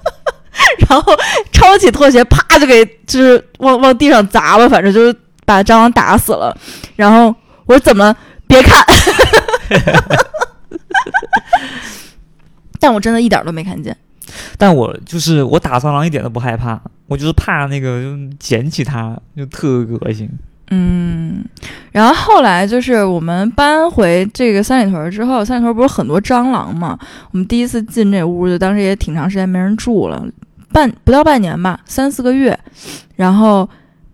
A: 然后抄起拖鞋啪就给就是往往地上砸吧，反正就是把蟑螂打死了。然后我说怎么了？别看， 但我真的一点儿都没看见。
B: 但我就是我打蟑螂一点都不害怕，我就是怕那个就捡起它就特恶心。
A: 嗯，然后后来就是我们搬回这个三里屯儿之后，三里屯儿不是很多蟑螂嘛？我们第一次进这屋，就当时也挺长时间没人住了，半不到半年吧，三四个月。然后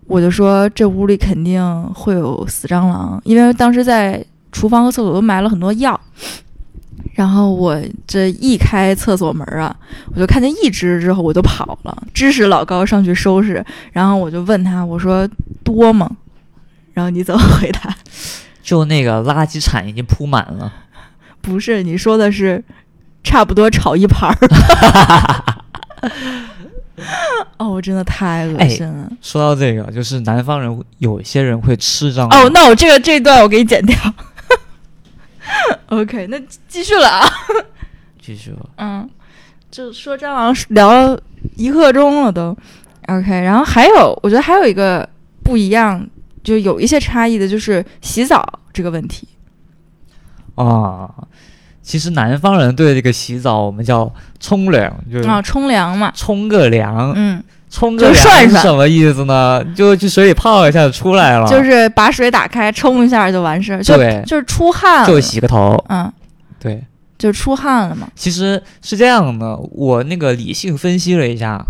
A: 我就说这屋里肯定会有死蟑螂，因为当时在厨房和厕所都埋了很多药。然后我这一开厕所门啊，我就看见一只之后我就跑了，支使老高上去收拾。然后我就问他，我说多吗？然后你怎么回答？
B: 就那个垃圾铲已经铺满了，
A: 不是，你说的是差不多炒一盘儿。 哦，我真的太恶心了。
B: 说到这个，就是南方人有些人会吃蟑螂。
A: 哦，那我这个这段我给你剪掉。OK，那继续了啊。
B: 继续吧。
A: 嗯，就说蟑螂聊了一刻钟了都。OK，然后还有，我觉得还有一个不一样，就有一些差异的，就是洗澡这个问题。
B: 啊，其实南方人对这个洗澡我们叫冲凉，就是
A: 啊，冲凉嘛，
B: 冲个凉，
A: 嗯，
B: 冲个
A: 就涮
B: 凉是
A: 涮
B: 什么意思呢？就去水里泡一下就出来了，
A: 就是把水打开冲一下就完事儿，就
B: 对
A: 哎就是出汗了，
B: 就洗个头。
A: 嗯，
B: 对，
A: 就出汗了嘛。
B: 其实是这样的，我那个理性分析了一下，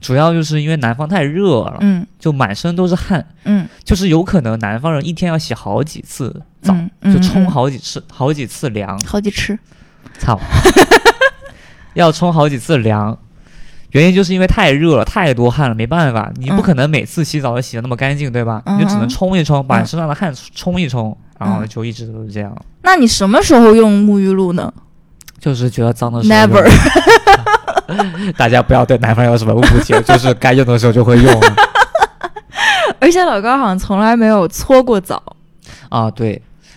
B: 主要就是因为南方太热了，
A: 嗯
B: 就满身都是汗，
A: 嗯，
B: 就是有可能南方人一天要洗好几次澡，
A: 嗯
B: 就冲、
A: 嗯
B: 好几次、好几次凉
A: 嗯，好几吃。
B: 操， 要冲好几次凉。原因就是因为太热了，太多汗了，没办法，你不可能每次洗澡都洗得那么干净，对吧？你就只
A: 嗯嗯嗯
B: 能冲一冲，把
A: 嗯
B: 身上的汗冲一冲，然后
A: 嗯
B: 就一直都是这样，
A: 那你什么时候用沐浴露呢
B: 就是觉得脏的时候就
A: ？Never。
B: 大家不要对南方有什么误解，就是该用的时候就 会用
A: 而且老高好像从来没有搓过澡。
B: 啊。对，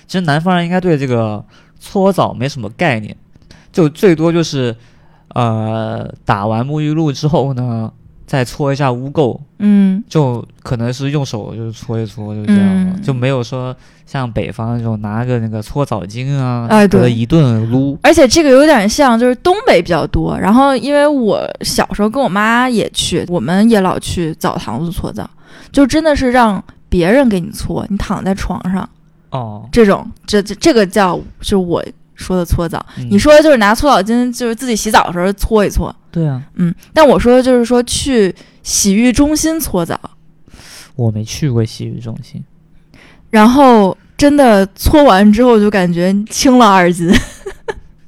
B: 其实南方人应该对这个搓澡没什么概念，就最多就是呃打完沐浴露之后呢，再搓一下污垢，
A: 嗯
B: 就可能是用手就是搓一搓，就这样了，
A: 嗯
B: 就没有说像北方那种拿个那个搓澡巾啊，
A: 哎
B: 给它
A: 对
B: 一顿撸。
A: 而且这个有点像，就是东北比较多。然后因为我小时候跟我妈也去，我们也老去澡堂子搓澡，就真的是让别人给你搓，你躺在床上
B: 哦，
A: 这种，这这这个叫就是我说的搓澡。
B: 嗯
A: 你说的就是拿搓澡巾，就是自己洗澡的时候搓一搓，
B: 对啊，
A: 嗯，但我说的就是说去洗浴中心搓澡，
B: 我没去过洗浴中心，
A: 然后真的搓完之后就感觉轻了二 斤。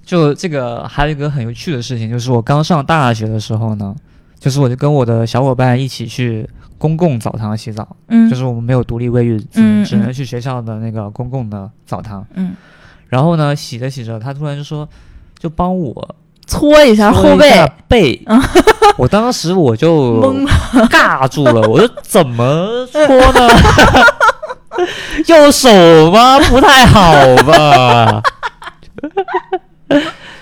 B: 就这个还有一个很有趣的事情，就是我刚上大学的时候呢，就是我就跟我的小伙伴一起去公共澡堂洗澡，
A: 嗯，
B: 就是我们没有独立卫浴，只能
A: 嗯
B: 只能
A: 嗯
B: 去学校的那个公共的澡堂。
A: 嗯，
B: 然后呢，洗着洗着，他突然就说，就帮我
A: 搓一下后
B: 搓一
A: 背，嗯
B: 下背。我当时我 就
A: 懵
B: 尬住了，我说 怎么搓呢？ 右手吗？不太好吧？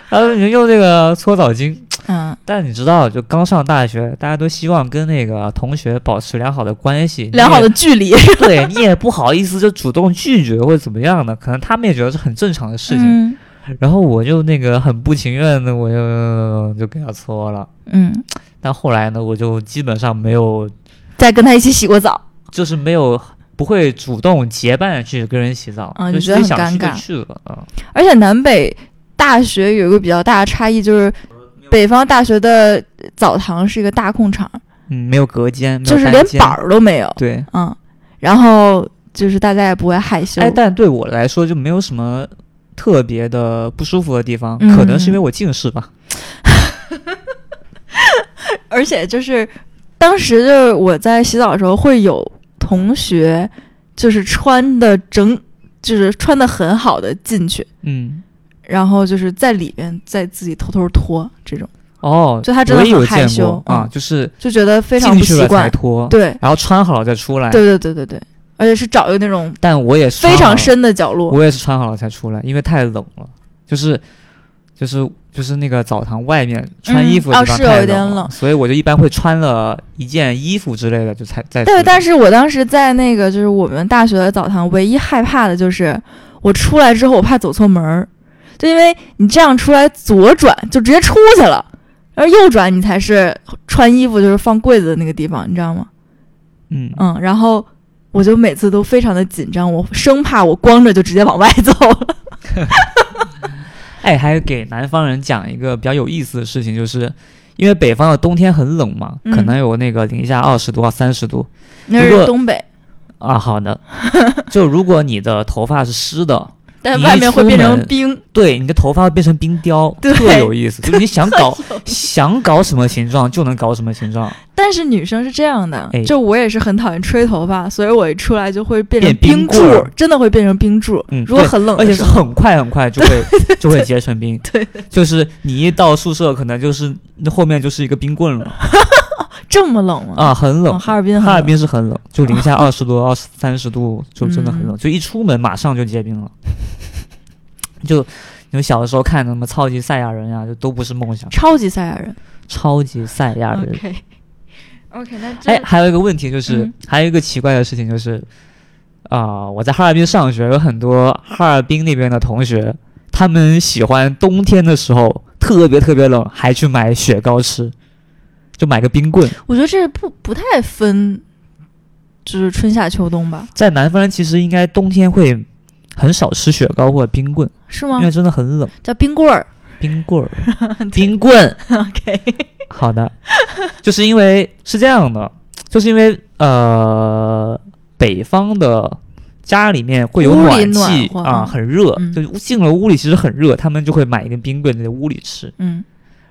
B: 然后你就用这个搓澡巾，
A: 嗯，
B: 但你知道，就刚上大学，大家都希望跟那个同学保持良好的关系，
A: 良好的距离，
B: 你也对你也不好意思就主动拒绝或者怎么样的，可能他们也觉得是很正常的事情。
A: 嗯
B: 然后我就那个很不情愿的，我就就给他搓了。
A: 嗯，
B: 但后来呢，我就基本上没有，
A: 再跟他一起洗过澡，
B: 就是没有不会主动结伴去跟人洗澡，
A: 啊
B: 就
A: 你觉
B: 是
A: 得
B: 自己
A: 很
B: 想去
A: 尴
B: 就
A: 尬
B: 去了。嗯，
A: 而且南北大学有一个比较大的差异，就是北方大学的澡堂是一个大空场，
B: 嗯，没有隔间，没有
A: 就是
B: 单
A: 连
B: 间
A: 板儿都没有，
B: 对。
A: 嗯，然后就是大家也不会害羞，
B: 哎，但对我来说就没有什么特别的不舒服的地方，
A: 嗯
B: 可能是因为我近视吧。
A: 而且就是当时就是我在洗澡的时候会有同学就是穿的整就是穿的很好的进去。
B: 嗯，
A: 然后就是在里面再自己偷偷脱，这种
B: 哦，
A: 就他真的
B: 我也有
A: 很害
B: 见过
A: 羞
B: 啊，
A: 嗯
B: 就是
A: 就觉得非常
B: 进
A: 不
B: 去
A: 习
B: 了才
A: 惯。
B: 脱，
A: 对，
B: 然后穿好了再出来。
A: 对对对对对，而且是找一个那种
B: 但我也是
A: 非
B: 穿好
A: 常
B: 了，
A: 深的角落。
B: 我也是穿好了才出来，因为太冷了，就是。就是就是那个澡堂外面穿衣服的
A: 嗯
B: 地方
A: 哦是有
B: 太
A: 一点
B: 冷了，
A: 冷
B: 所以我就一般会穿了一件衣服之类的就才再 出
A: 对，
B: 去。
A: 但是我当时在那个就是我们大学的澡堂，唯一害怕的就是我出来之后，我怕走错门儿，就因为你这样出来左转就直接出去了，然后右转你才是穿衣服就是放柜子的那个地方，你知道吗？
B: 嗯，
A: 嗯，然后我就每次都非常的紧张，我生怕我光着就直接往外走了。
B: 哎，还给南方人讲一个比较有意思的事情，就是因为北方的冬天很冷嘛，
A: 嗯
B: 可能有那个零下二十度到三十度
A: 那
B: 如
A: 是
B: 果
A: 东北，
B: 啊。好 的，就如果你的头发是湿的，
A: 但
B: 你
A: 外
B: 一
A: 面会
B: 出
A: 变成
B: 门
A: 冰。
B: 对，你的头发会变成冰雕，
A: 对
B: 特有意思。就是 你想搞想搞什么形状就能搞什么形状，
A: 但是女生是这样的
B: 哎，
A: 就我也是很讨厌吹头发，所以我一出来就会变成
B: 变冰
A: 冰
B: 棍
A: 柱
B: 儿，
A: 真的会变成冰柱
B: 嗯。
A: 如果
B: 对
A: 很冷
B: 而且
A: 的时
B: 是
A: 候，
B: 很快很快就会就会结成冰。
A: 对，
B: 就是你一到宿舍，可能就是后面就是一个冰棍了
A: 这么冷吗？
B: 啊，很冷嗯
A: 哦，。哈尔滨很
B: 哈尔
A: 冷
B: 滨是很冷，就零下二十度、二三十度，就真的很冷，就一出门马上就结冰了。 就你们小的时候看什么超级赛亚人呀、就都不是梦想。
A: 超级赛亚人。
B: 超级赛亚人，
A: OK OK，那这
B: 哎，还有一个问题就是，
A: 嗯
B: 还有一个奇怪的事情就是，啊、我在哈尔滨上学，有很多哈尔滨那边的同学，他们喜欢冬天的时候特别特别冷，还去买雪糕吃，就买个冰棍。
A: 我觉得这不不太分，就是春夏秋冬吧？
B: 在南方人其实应该冬天会很少吃雪糕或者冰棍，
A: 是吗
B: 因？为真的很冷。
A: 叫冰棍儿。
B: 冰 棍儿，冰棍。
A: OK，
B: 好的，就是因为是这样的，就是因为呃，北方的家里面会有
A: 屋里
B: 暖
A: 暖
B: 气
A: 和
B: 啊，
A: 嗯
B: 很热，
A: 嗯
B: 就进了屋里其实很热，他们就会买一根冰棍在屋里吃。
A: 嗯，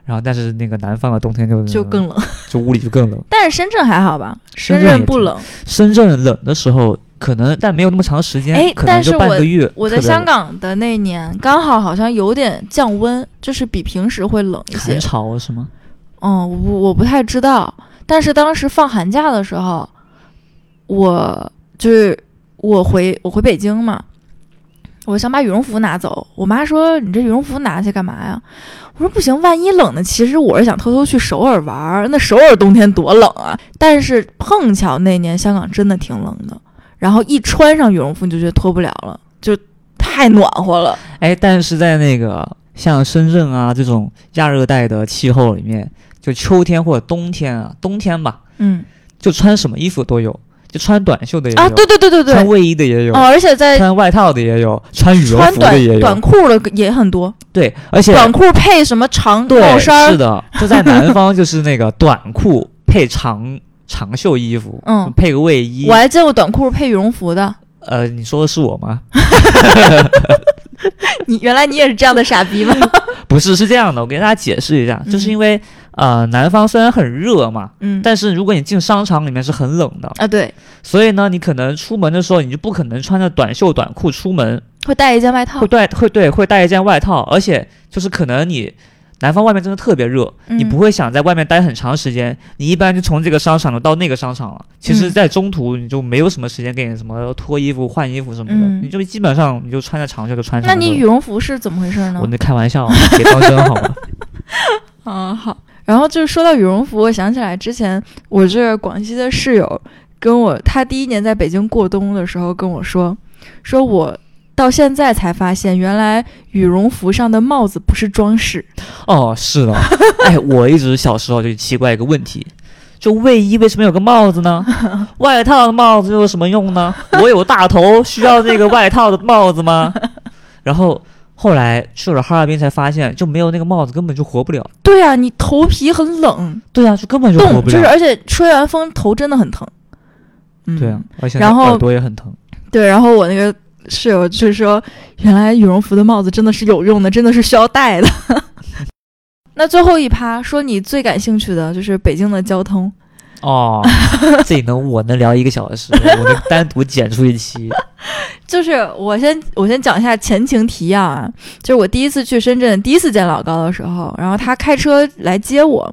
B: 然后，但是那个南方的冬天就呃
A: 就更冷。
B: 就屋里就更冷。
A: 但是深圳还好吧？
B: 深
A: 深
B: 圳
A: 圳
B: 也
A: 不
B: 挺
A: 冷。
B: 深圳冷的时候可能，但没有那么长时间，
A: 哎
B: 可能
A: 但
B: 就是半个月。
A: 我在
B: 特别
A: 香
B: 冷
A: 港的那年，刚好好像有点降温，就是比平时会冷一些
B: 很。潮啊是吗？
A: 嗯，我不我不太知道，但是当时放寒假的时候，我就是我回我回北京嘛，我想把羽绒服拿走，我妈说你这羽绒服拿去干嘛呀？我说不行，万一冷呢？其实我是想偷偷去首尔玩儿，那首尔冬天多冷啊！但是碰巧那年香港真的挺冷的，然后一穿上羽绒服你就觉得脱不了了，就太暖和了。
B: 哎，但是在那个像深圳啊这种亚热带的气候里面，就秋天或者冬天啊，冬天吧，
A: 嗯，
B: 就穿什么衣服都有。就穿短袖的也有，
A: 啊，对对对对对，
B: 嗯穿
A: 哦、
B: 卫衣的也有，
A: 而且在
B: 穿外套的也有，穿羽绒
A: 穿
B: 服的也
A: 短短，
B: 有
A: 裤的也很多，
B: 对，而且
A: 短裤配什么长
B: 对
A: 帽衫
B: 是
A: 儿，
B: 的，就在南方就是那个短裤配长长袖衣服，
A: 嗯
B: 配个卫衣
A: 我，还见过短裤配羽绒服的。
B: 呃，你说的是我 吗？
A: 你 原来你也是这样的傻逼吗？
B: 不是，是这样的，我给大家解释一下，就
A: 嗯
B: 是因为呃，南方虽然很热嘛，
A: 嗯，
B: 但是如果你进商场里面是很冷的，
A: 啊对，
B: 所以呢，你可能出门的时候你就不可能穿着短袖短裤出门，
A: 会带一件外套
B: 会，带会对会带一件外套，而且就是可能你。南方外面真的特别热，你不
A: 会
B: 会想在外面待很长时间，你一般就从这个商场到那个商场了。其
A: 嗯
B: 实，在中途你就没有什么时间给你什么脱衣服、换衣服什么的，
A: 嗯
B: 你就基本上你就穿着长袖就穿上
A: 那
B: 了。
A: 你羽绒服是怎么回事呢
B: 我？那开玩笑啊，别当真好吗？
A: 嗯，好。然后就是说到羽绒服，我想起来之前我这个广西的室友跟我，他第一年在北京过冬的时候跟我说，说我到现在才发现，原来羽绒服上的帽子不是装饰。
B: 哦，是 的，哎，我一直小时候就奇怪一个问题，就卫衣为什么有个帽子 呢？外套的帽子又有什么用呢？我有大头，需要那个外套的帽子 吗？然后后来去了哈尔滨才发现，就没有那个帽子根本就活不了。
A: 对啊，你头皮很冷，
B: 对啊，就根本就活
A: 冻
B: 不
A: 就是，
B: 了。
A: 而且吹完风头真的很疼。嗯，
B: 对啊，而且
A: 然后
B: 耳朵也很疼。
A: 对，然后我那个室友就说，原来羽绒服的帽子真的是有用的，真的是需要戴的。 那最后一趴，说你最感兴趣的就是北京的交通。
B: 哦，这里能我能聊一个小时，我能单独剪出一 期。
A: 就是我先我先讲一下前情提要啊，就是我第一次去深圳，第一次见老高的时候，然后他开车来接我，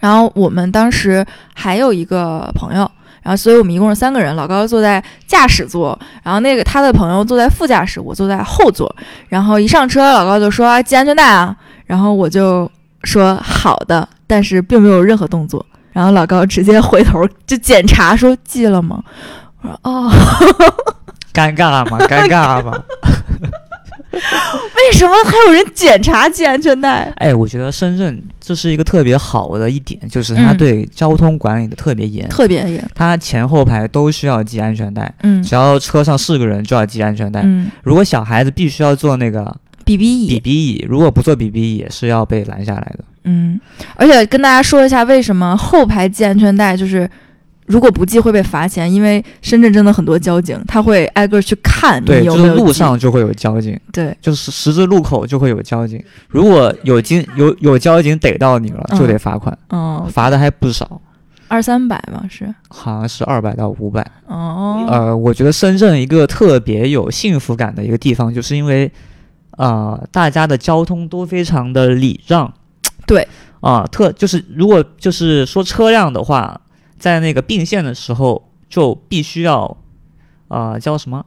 A: 然后我们当时还有一个朋友，然后所以我们一共是三个人，老高坐在驾驶座，然后那个他的朋友坐在副驾驶，我坐在后座，然后一上车，老高就说啊系安全带啊，然后我就说好的，但是并没有任何动作，然后老高直接回头就检查说系了吗？ 我说哦。
B: 尴尬嘛，尴尬嘛。
A: 为什么还有人检查系安全带？
B: 哎，我觉得深圳这是一个特别好的一点，就是它
A: 嗯
B: 对交通管理的特别严，
A: 特别严，
B: 它前后排都需要系安全带，
A: 嗯
B: 只要车上是个人就要系安全带。
A: 嗯
B: 如果小孩子必须要坐那个
A: ，BB
B: 比
A: 椅，
B: 比椅，如果不坐比比椅也是要被拦下来的。
A: 嗯，而且跟大家说一下，为什么后排系安全带就是。如果不系会被罚钱，因为深圳真的很多交警，他会挨个去看
B: 对，
A: 你嗯有
B: 就
A: 没
B: 是
A: 有
B: 路
A: 系
B: 上就会有交警，
A: 对，
B: 就是十字路口就会有交警。如果有经有有交警逮到你了，就得罚款，
A: 嗯，
B: 罚的还不少，
A: 二三百嘛是，
B: 好像是二百到五百。
A: 哦，
B: 呃，我觉得深圳一个特别有幸福感的一个地方，就是因为，呃，大家的交通都非常的礼让。
A: 对。
B: 啊、特就是如果就是说车辆的话，在那个并线的时候就必须要，呃，叫什么？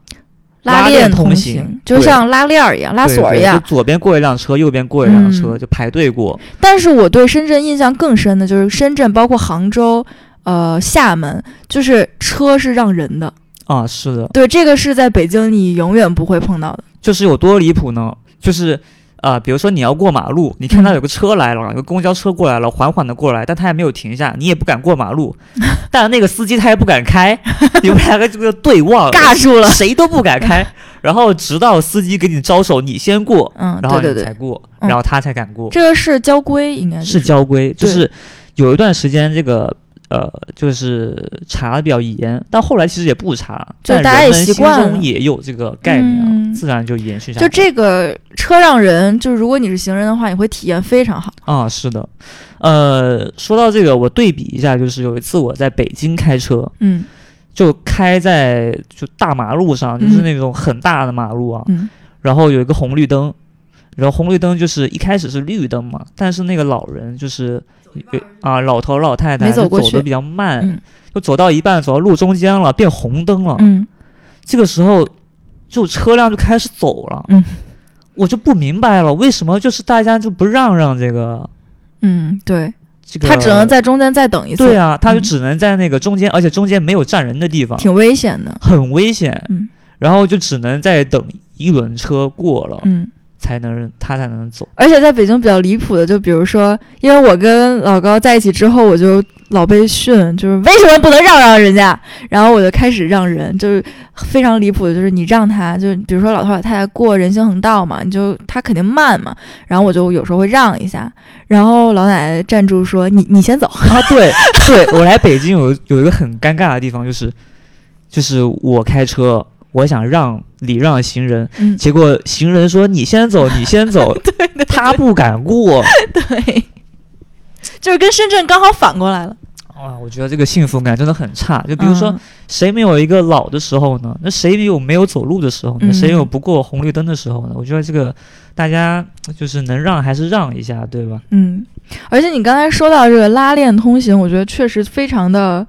A: 拉
B: 拉
A: 链
B: 链通
A: 行，
B: 行
A: 就
B: 对
A: 像拉链儿一样，拉
B: 对
A: 锁儿
B: 对
A: 一样
B: 就。左边过一辆车，右边过一辆
A: 嗯
B: 车，就排队过。
A: 但是我对深圳印象更深的就是深圳，包括杭州、呃厦门，就是车是让人的，
B: 啊、是的，
A: 对，这个是在北京你永远不会碰到的。
B: 就是有多离谱呢？就是。啊、比如说你要过马路，你看到有个车来
A: 嗯
B: 了，有个公交车过来了，缓缓的过来，但他也没有停下，你也不敢过 马路，但那个司机他也不敢开，你们两个这个对望，
A: 尬住 了。
B: 谁都不 敢开，然后直到司机给你招手，你先过，
A: 嗯，
B: 然后
A: 对
B: 你
A: 对
B: 才
A: 对，
B: 过，
A: 嗯
B: 然后他才敢过，
A: 这个是交规，应该
B: 是
A: 交
B: 交规，就
A: 对
B: 是有一段时间这个。呃，就是查的比较严，但后来其实也不查，
A: 就
B: 但
A: 大家
B: 人
A: 也
B: 们
A: 习
B: 心
A: 惯
B: 中
A: 了
B: 也有这个概念啊，
A: 嗯
B: 自然就延续下来
A: 就
B: 了。
A: 这个车让人，就是如果你是行人的话，你会体验非常好。
B: 啊，是的，呃，说到这个，我对比一下，就是有一次我在北京开车，
A: 嗯
B: 就开在就大马路上，就是
A: 嗯
B: 那种很大的马路啊，
A: 嗯
B: 然后有一个红绿灯，然后红绿灯就是一开始是绿灯嘛，但是那个老人就是有啊老头老太太
A: 没走
B: 就
A: 过
B: 走
A: 去
B: 的比较慢，
A: 嗯
B: 就走到一半走到路中间了，变红灯了，
A: 嗯
B: 这个时候就车辆就开始走了，
A: 嗯
B: 我就不明白了，为什么就是大家就不让让这个
A: 嗯，对，
B: 这个
A: 他只能在中间再等一次，
B: 对啊，他就
A: 嗯
B: 只能在那个中间，而且中间没有站人的地方，
A: 挺危
B: 哦
A: 险的。
B: 很危险。
A: 嗯
B: 然后就只能再等一轮车过了，
A: 嗯，
B: 才能他才能走。
A: 而且在北京比较离谱的，就比如说，因为我跟老高在一起之后，我就老被训，就是为什么不能让让人家？然后我就开始让人，就是非常离谱的，就是你让他，就比如说老头老太太过人行横道嘛，你就他肯定慢嘛，然后我就有时候会让一下，然后老奶奶站住说：“你你先走。
B: 啊，对对，我来北京有有一个很尴尬的地方，就是就是我开车，我想让礼让行人，”
A: 嗯，
B: 结果行人说你先走，你先走，
A: 对对
B: 他不敢过。
A: 对，就是跟深圳刚好反过来了。
B: 啊，我觉得这个幸福感真的很差。就比如说，
A: 嗯
B: 谁没有一个老的时候呢？那谁有没有走路的时候呢？
A: 嗯
B: 谁有不过红绿灯的时候呢？我觉得这个大家就是能让还是让一下，对吧？
A: 嗯，而且你刚才说到这个拉链通行，我觉得确实非常的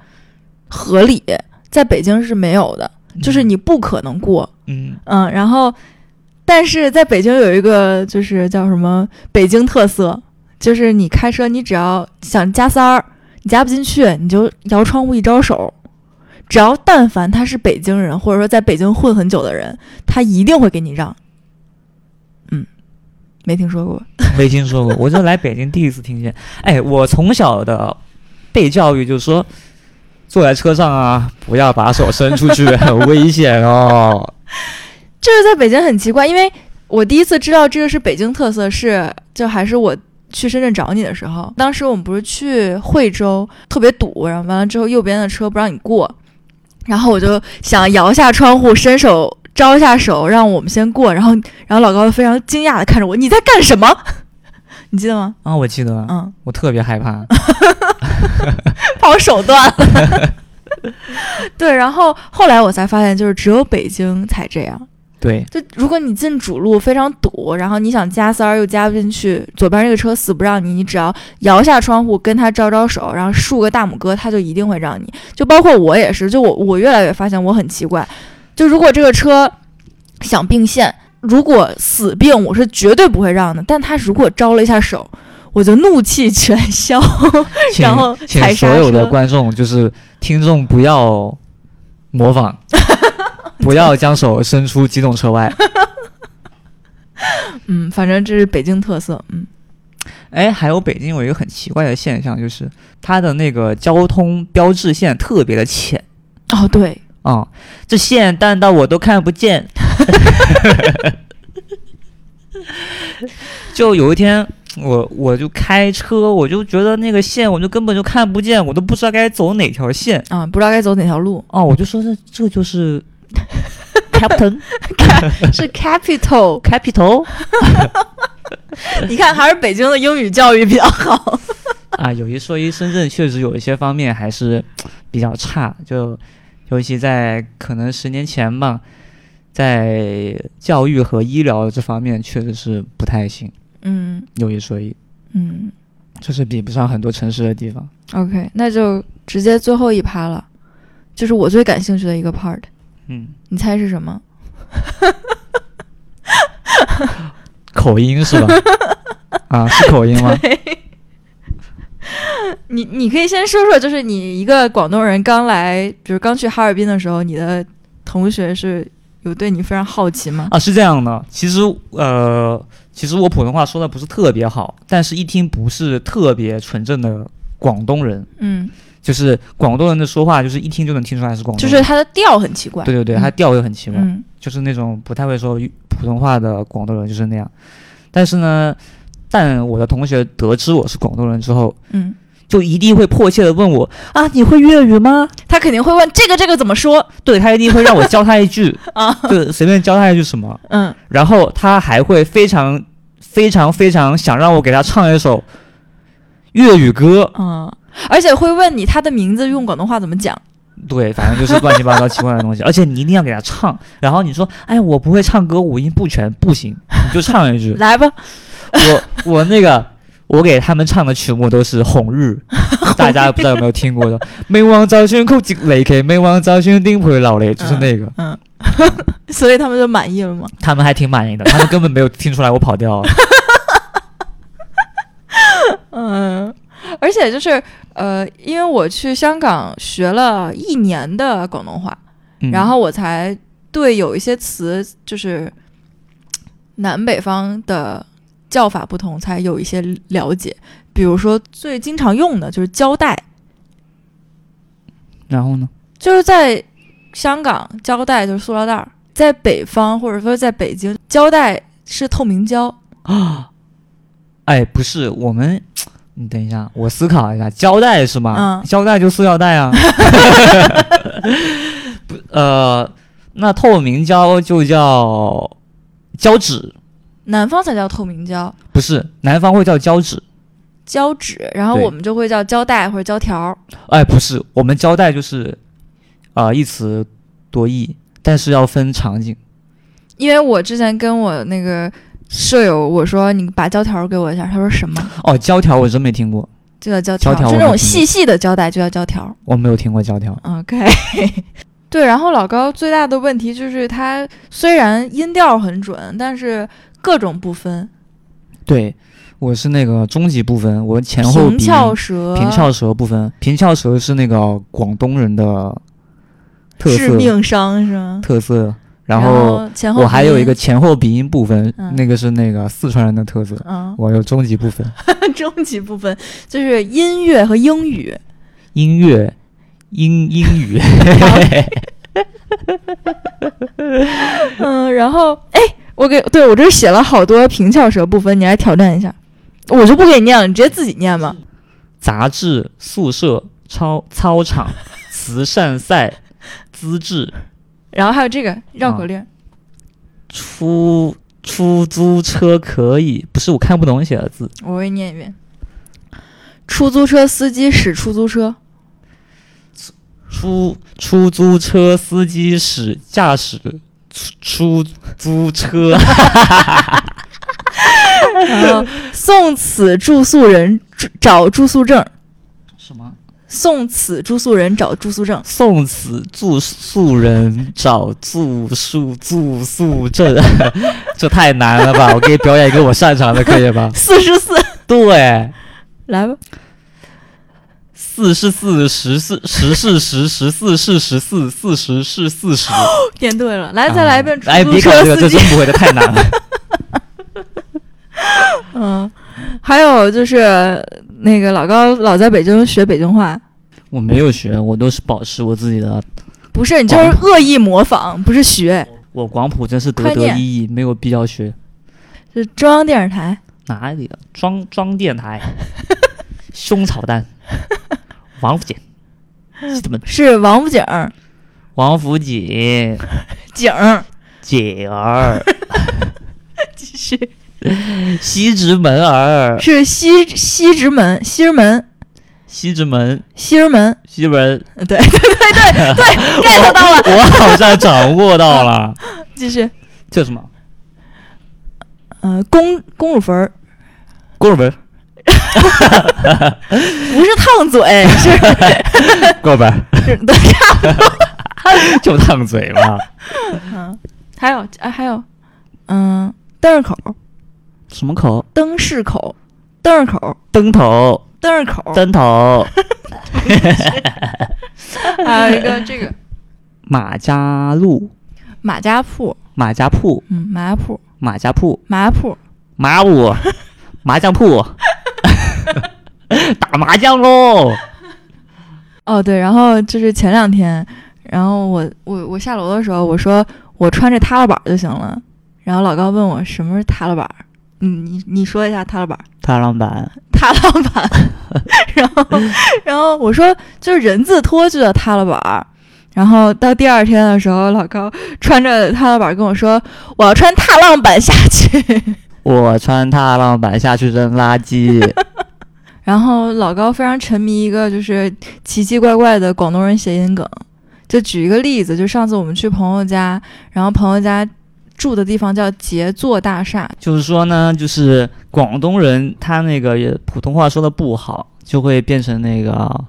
A: 合理，在北京是没有的，就是你不可能过，
B: 嗯，
A: 嗯，然后但是在北京有一个就是叫什么北京特色，就是你开车你只要想加塞儿，你加不进去，你就摇窗户一招手。只要但凡他是北京人，或者说在北京混很久的人，他一定会给你让。嗯，没听说过。
B: 没听说过，我这来北京第一次听见。 哎，我从小的被教育就是说，坐在车上啊，不要把手伸出去，很危险哦。
A: 这个在北京很奇怪，因为我第一次知道这个是北京特色是，就还是我去深圳找你的时候，当时我们不是去惠州，特别堵，然后完了之后右边的车不让你过，然后我就想摇下窗户，伸手招一下手，让我们先过，然后然后老高非常惊讶的看着我，你在干什么？ 你记得吗？
B: 啊，我记得，
A: 嗯，
B: 我特别害怕。
A: 怕我手断了。 对，然后后来我才发现，就是只有北京才这样。
B: 对，
A: 就如果你进主路非常堵，然后你想加塞儿又加不进去，左边那个车死不让你，你只要摇下窗户跟他招招手，然后竖个大拇哥，他就一定会让你。就包括我也是，就我我越来越发现我很奇怪，就如果这个车想并线，如果死并，我是绝对不会让的。但他如果招了一下手，我就怒气全消。
B: 请
A: 然后
B: 请
A: 踩
B: 所
A: 刹
B: 有的
A: 车
B: 观众就是听众不要模 仿，不要将手伸出机动车外。
A: 嗯，反正这是北京特色。嗯
B: 哎，还有北京有一个很奇怪的现象，就是它的那个交通标志线特别的浅
A: 哦，对，
B: 啊、这线淡到我都看不见。 就有一天，我我就开车，我就觉得那个线，我就根本就看不见，我都不知道该走哪条线。
A: 啊、不知道该走哪条 路，
B: 哦，我就说这这就是 captain
A: 是 capital。
B: capital
A: 你看，还是北京的英语教育比较好。
B: 啊，有一说一，深圳确实有一些方面还是比较差，就尤其在可能十年前吧，在教育和医疗这方面确实是不太行。
A: 嗯
B: 有一说一，
A: 嗯
B: 这是比不上很多城市的地方。
A: ，OK，那就直接最后一趴了，就是我最感兴趣的一个 part，
B: 嗯，
A: 你猜是什么？
B: 口音是 吧？啊，是口音吗？
A: 你你可以先说说，就是你一个广东人刚来，比如刚去哈尔滨的时候，你的同学是有对你非常好奇吗？
B: 啊，是这样的。其实呃，其实我普通话说的不是特别好，但是一听不是特别纯正的广东人，
A: 嗯，
B: 就是广东人的说话，就是一听就能听出来是广
A: 就
B: 东人。
A: 是他的调很奇怪。
B: 嗯对对对，
A: 嗯
B: 他调又很奇怪，
A: 嗯
B: 就是那种不太会说粤普通话的广东人就是那样。但是呢，但我的同学得知我是广东人之后，
A: 嗯，
B: 就一定会迫切的问我啊，你会粤语吗？
A: 他肯定会问这个这个怎么说，
B: 对他一定会让我教他一句
A: 啊？
B: 就随便教他一句什么，
A: 嗯，
B: 然后他还会非常非常非常想让我给他唱一首粤语歌，
A: 嗯，而且会问你他的名字用广东话怎么讲。
B: 对，反正就是乱七八糟奇怪的东西，而且你一定要给他唱， 然后你说，哎，我不会唱歌，五音不全，不行，你就唱一句，
A: 来吧，
B: 我我那个我给他们唱的曲目都是《红 日》，大家不知道有没有听过的“明王早选曲直离奇，明王早选颠沛流离”，就是那个，
A: 嗯，所以他们就满意了吗？
B: 他们还挺满意的，他们根本没有听出来我跑 调。啊
A: 嗯，而且就是呃，因为我去香港学了一年的广东话，
B: 嗯
A: 然后我才对有一些词就是南北方的叫法不同，才有一些了解。比如说最经常用的就是胶带，
B: 然后呢？
A: 就是在香港胶带就是塑料袋儿，在北方或者说在北京，胶带是透明胶，
B: 啊，哎，不是，我们，你等一下，我思考一下，胶带是吧？
A: 嗯
B: 胶带就塑料袋啊。 不，呃，那透明胶就叫胶纸，
A: 南方才叫透明胶。
B: 不是南方会叫胶纸。
A: 胶纸，然后
B: 对
A: 我们就会叫胶带或者胶条儿。
B: 哎，不是，我们胶带就是，啊、一词多义，但是要分场景。
A: 因为我之前跟我那个舍友我说你把胶条儿给我一下，他说什么？
B: 哦，胶条我真没听过，
A: 就叫胶条儿，
B: 胶条
A: 就
B: 我
A: 那种
B: 没听过
A: 细细的胶带就叫胶条儿。嗯
B: 我没有听过胶条。
A: OK，对，然后老高最大的问题就是他虽然音调很准，但是各种不分，
B: 对，我是那个中级部分，我前后
A: 平
B: 鼻
A: 翘舌、
B: 平翘舌部分，平翘舌是那个广东人的特
A: 致
B: 色
A: 命伤是吗？
B: 特色，然
A: 然
B: 后
A: 前后
B: 我还
A: 鼻
B: 有一
A: 音
B: 个，前后鼻音部分，
A: 嗯
B: 那个是那个四川人的特色。
A: 嗯，
B: 我有中级部分，
A: 中级部分就是音乐和英语。
B: 音乐英英语
A: 嗯，然后哎，我给对我这写了好多平翘舌部分，你来挑战一下。我就不给你念了，你直接自己念吧。
B: 杂志、宿舍、操操场、慈善赛、资质、
A: 然后还有这个绕口令，
B: 出出租车可以，不是我看不懂写的字，
A: 我给你念一遍：出租车司机使出租车，
B: 出出租车司机使驾驶出出租车。
A: 然后送此住宿人住找住宿证，
B: 什么？
A: 送此住宿人找住宿证。？
B: 送此住宿人找住宿住宿证， 这太难了吧！我给你表演一个我擅长的，可以吧
A: 四十四，
B: 对，
A: 来吧，
B: 四是四，十四十是十，十四是十四，四十是四十。
A: 念对了，来再来一遍。
B: 啊
A: 出
B: 哎，
A: 租
B: 别搞
A: 车
B: 这个，
A: 司
B: 这
A: 机
B: 真，不会的，太难了。
A: 嗯，还有就是那个老高老在北京学北京话，
B: 我没有学，我都是保持我自己的。
A: 不是，你就是恶意模仿，不是学。
B: 我广普真是
A: 快
B: 得得
A: 念
B: 意意，没有必要学
A: 是中央电视台，
B: 哪里的装装电 台、胸炒蛋、王府 井，是这么
A: 是王府井儿
B: 王府井。
A: 井儿，
B: 姐 儿，
A: 继续
B: 西直门儿，
A: 是西西直门，西直门，
B: 西直门，
A: 西直门，
B: 西直门，
A: 对对 对对对，get 到了，
B: 我好像掌握到了，
A: 继续，
B: 叫什么？
A: 呃，公公主坟儿
B: 郭尔文，
A: 不是烫嘴， 是
B: 郭尔文，
A: 是对，
B: 就烫嘴嘛？
A: 嗯，还有啊还有，嗯，灯市口，
B: 什么口？
A: 灯市口，灯市口，
B: 灯头，
A: 灯市口，
B: 灯头，
A: 还有一 个这个
B: 马家路，
A: 马家铺，
B: 马家铺，
A: 嗯，马家铺，
B: 马家铺，
A: 马家铺，
B: 马 五，麻将 铺，打麻将喽！
A: 哦，对，然后就是前两天，然后我我我下楼的时候，我说我穿着踏拉板儿就行了，然后老高问我什么是踏拉板儿，你你你说一下踏拉板儿，
B: 踏浪板，
A: 踏拉板 儿，然后然后我说就是人字拖就叫踏拉板儿，然后到第二天的时候，老高穿着踏拉板儿跟我说我要穿踏浪板下去，
B: 我穿踏浪板下去扔垃 圾。
A: 然后老高非常沉迷一个就是奇奇怪怪的广东人谐音梗，就举一个例子，就上次我们去朋友家，然后朋友家住的地方叫杰作大厦，
B: 就是说呢，就是广东人他那个也普通话说的不好，就会变成那个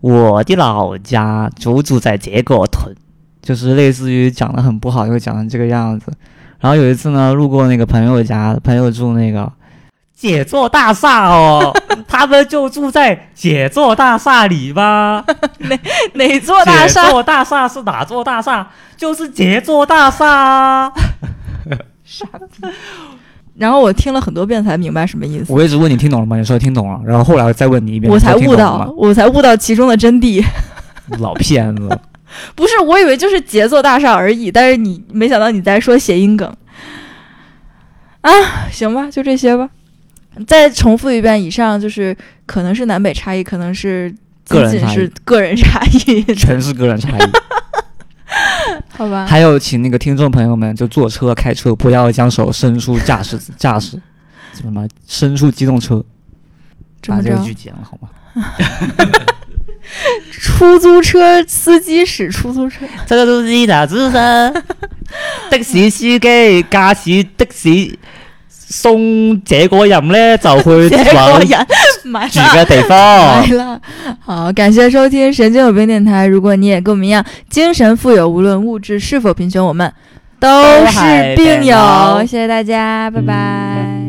B: 我的老家就住在这个屯，就是类似于讲的很不好，又讲成这个样子。然后有一次呢，路过那个朋友家，朋友住那个姐座大厦 哦，他们就住在姐座大厦里吧。
A: 哪座大
B: 姐
A: 厦？
B: 座大厦是哪座大厦？就是杰座大厦啊。傻
A: 然后我听了很多遍才明白什么意思，
B: 我一直问你听懂了吗？你说听懂了，然后后来我再问你一遍，
A: 我
B: 你说
A: 才
B: 听
A: 悟
B: 懂了
A: 到，我才悟到其中的真谛。
B: 吗，老骗子。
A: 不是，我以为就是节奏大厦而已，但是你没想到你在说谐音梗啊，行吧，就这些吧。再重复一遍，以上就是可能是南北差异，可能是
B: 个
A: 仅
B: 人
A: 仅
B: 差异
A: 是个人差异，
B: 全是个人差异。
A: 好吧？
B: 还有，请那个听众朋友们，就坐车、开车不要将手伸出驾驶驾驶，什么什么伸出机动车，
A: 这
B: 把
A: 么
B: 这
A: 着
B: 个，剧剪了好吗？
A: 出租车司机使出租 车，
B: 这个司机打自身， 的士司機駕駛的士送這個人呢，就 去
A: 结果人买
B: 住
A: 了。
B: 嘅地方
A: 来。了。好，感谢收听神经有病电台。如果你也跟我们一样精神富有，无论物质是否贫穷，我们都
B: 都
A: 是
B: 是
A: 病
B: 病
A: 友。
B: 友
A: 嗯谢谢大家，拜拜。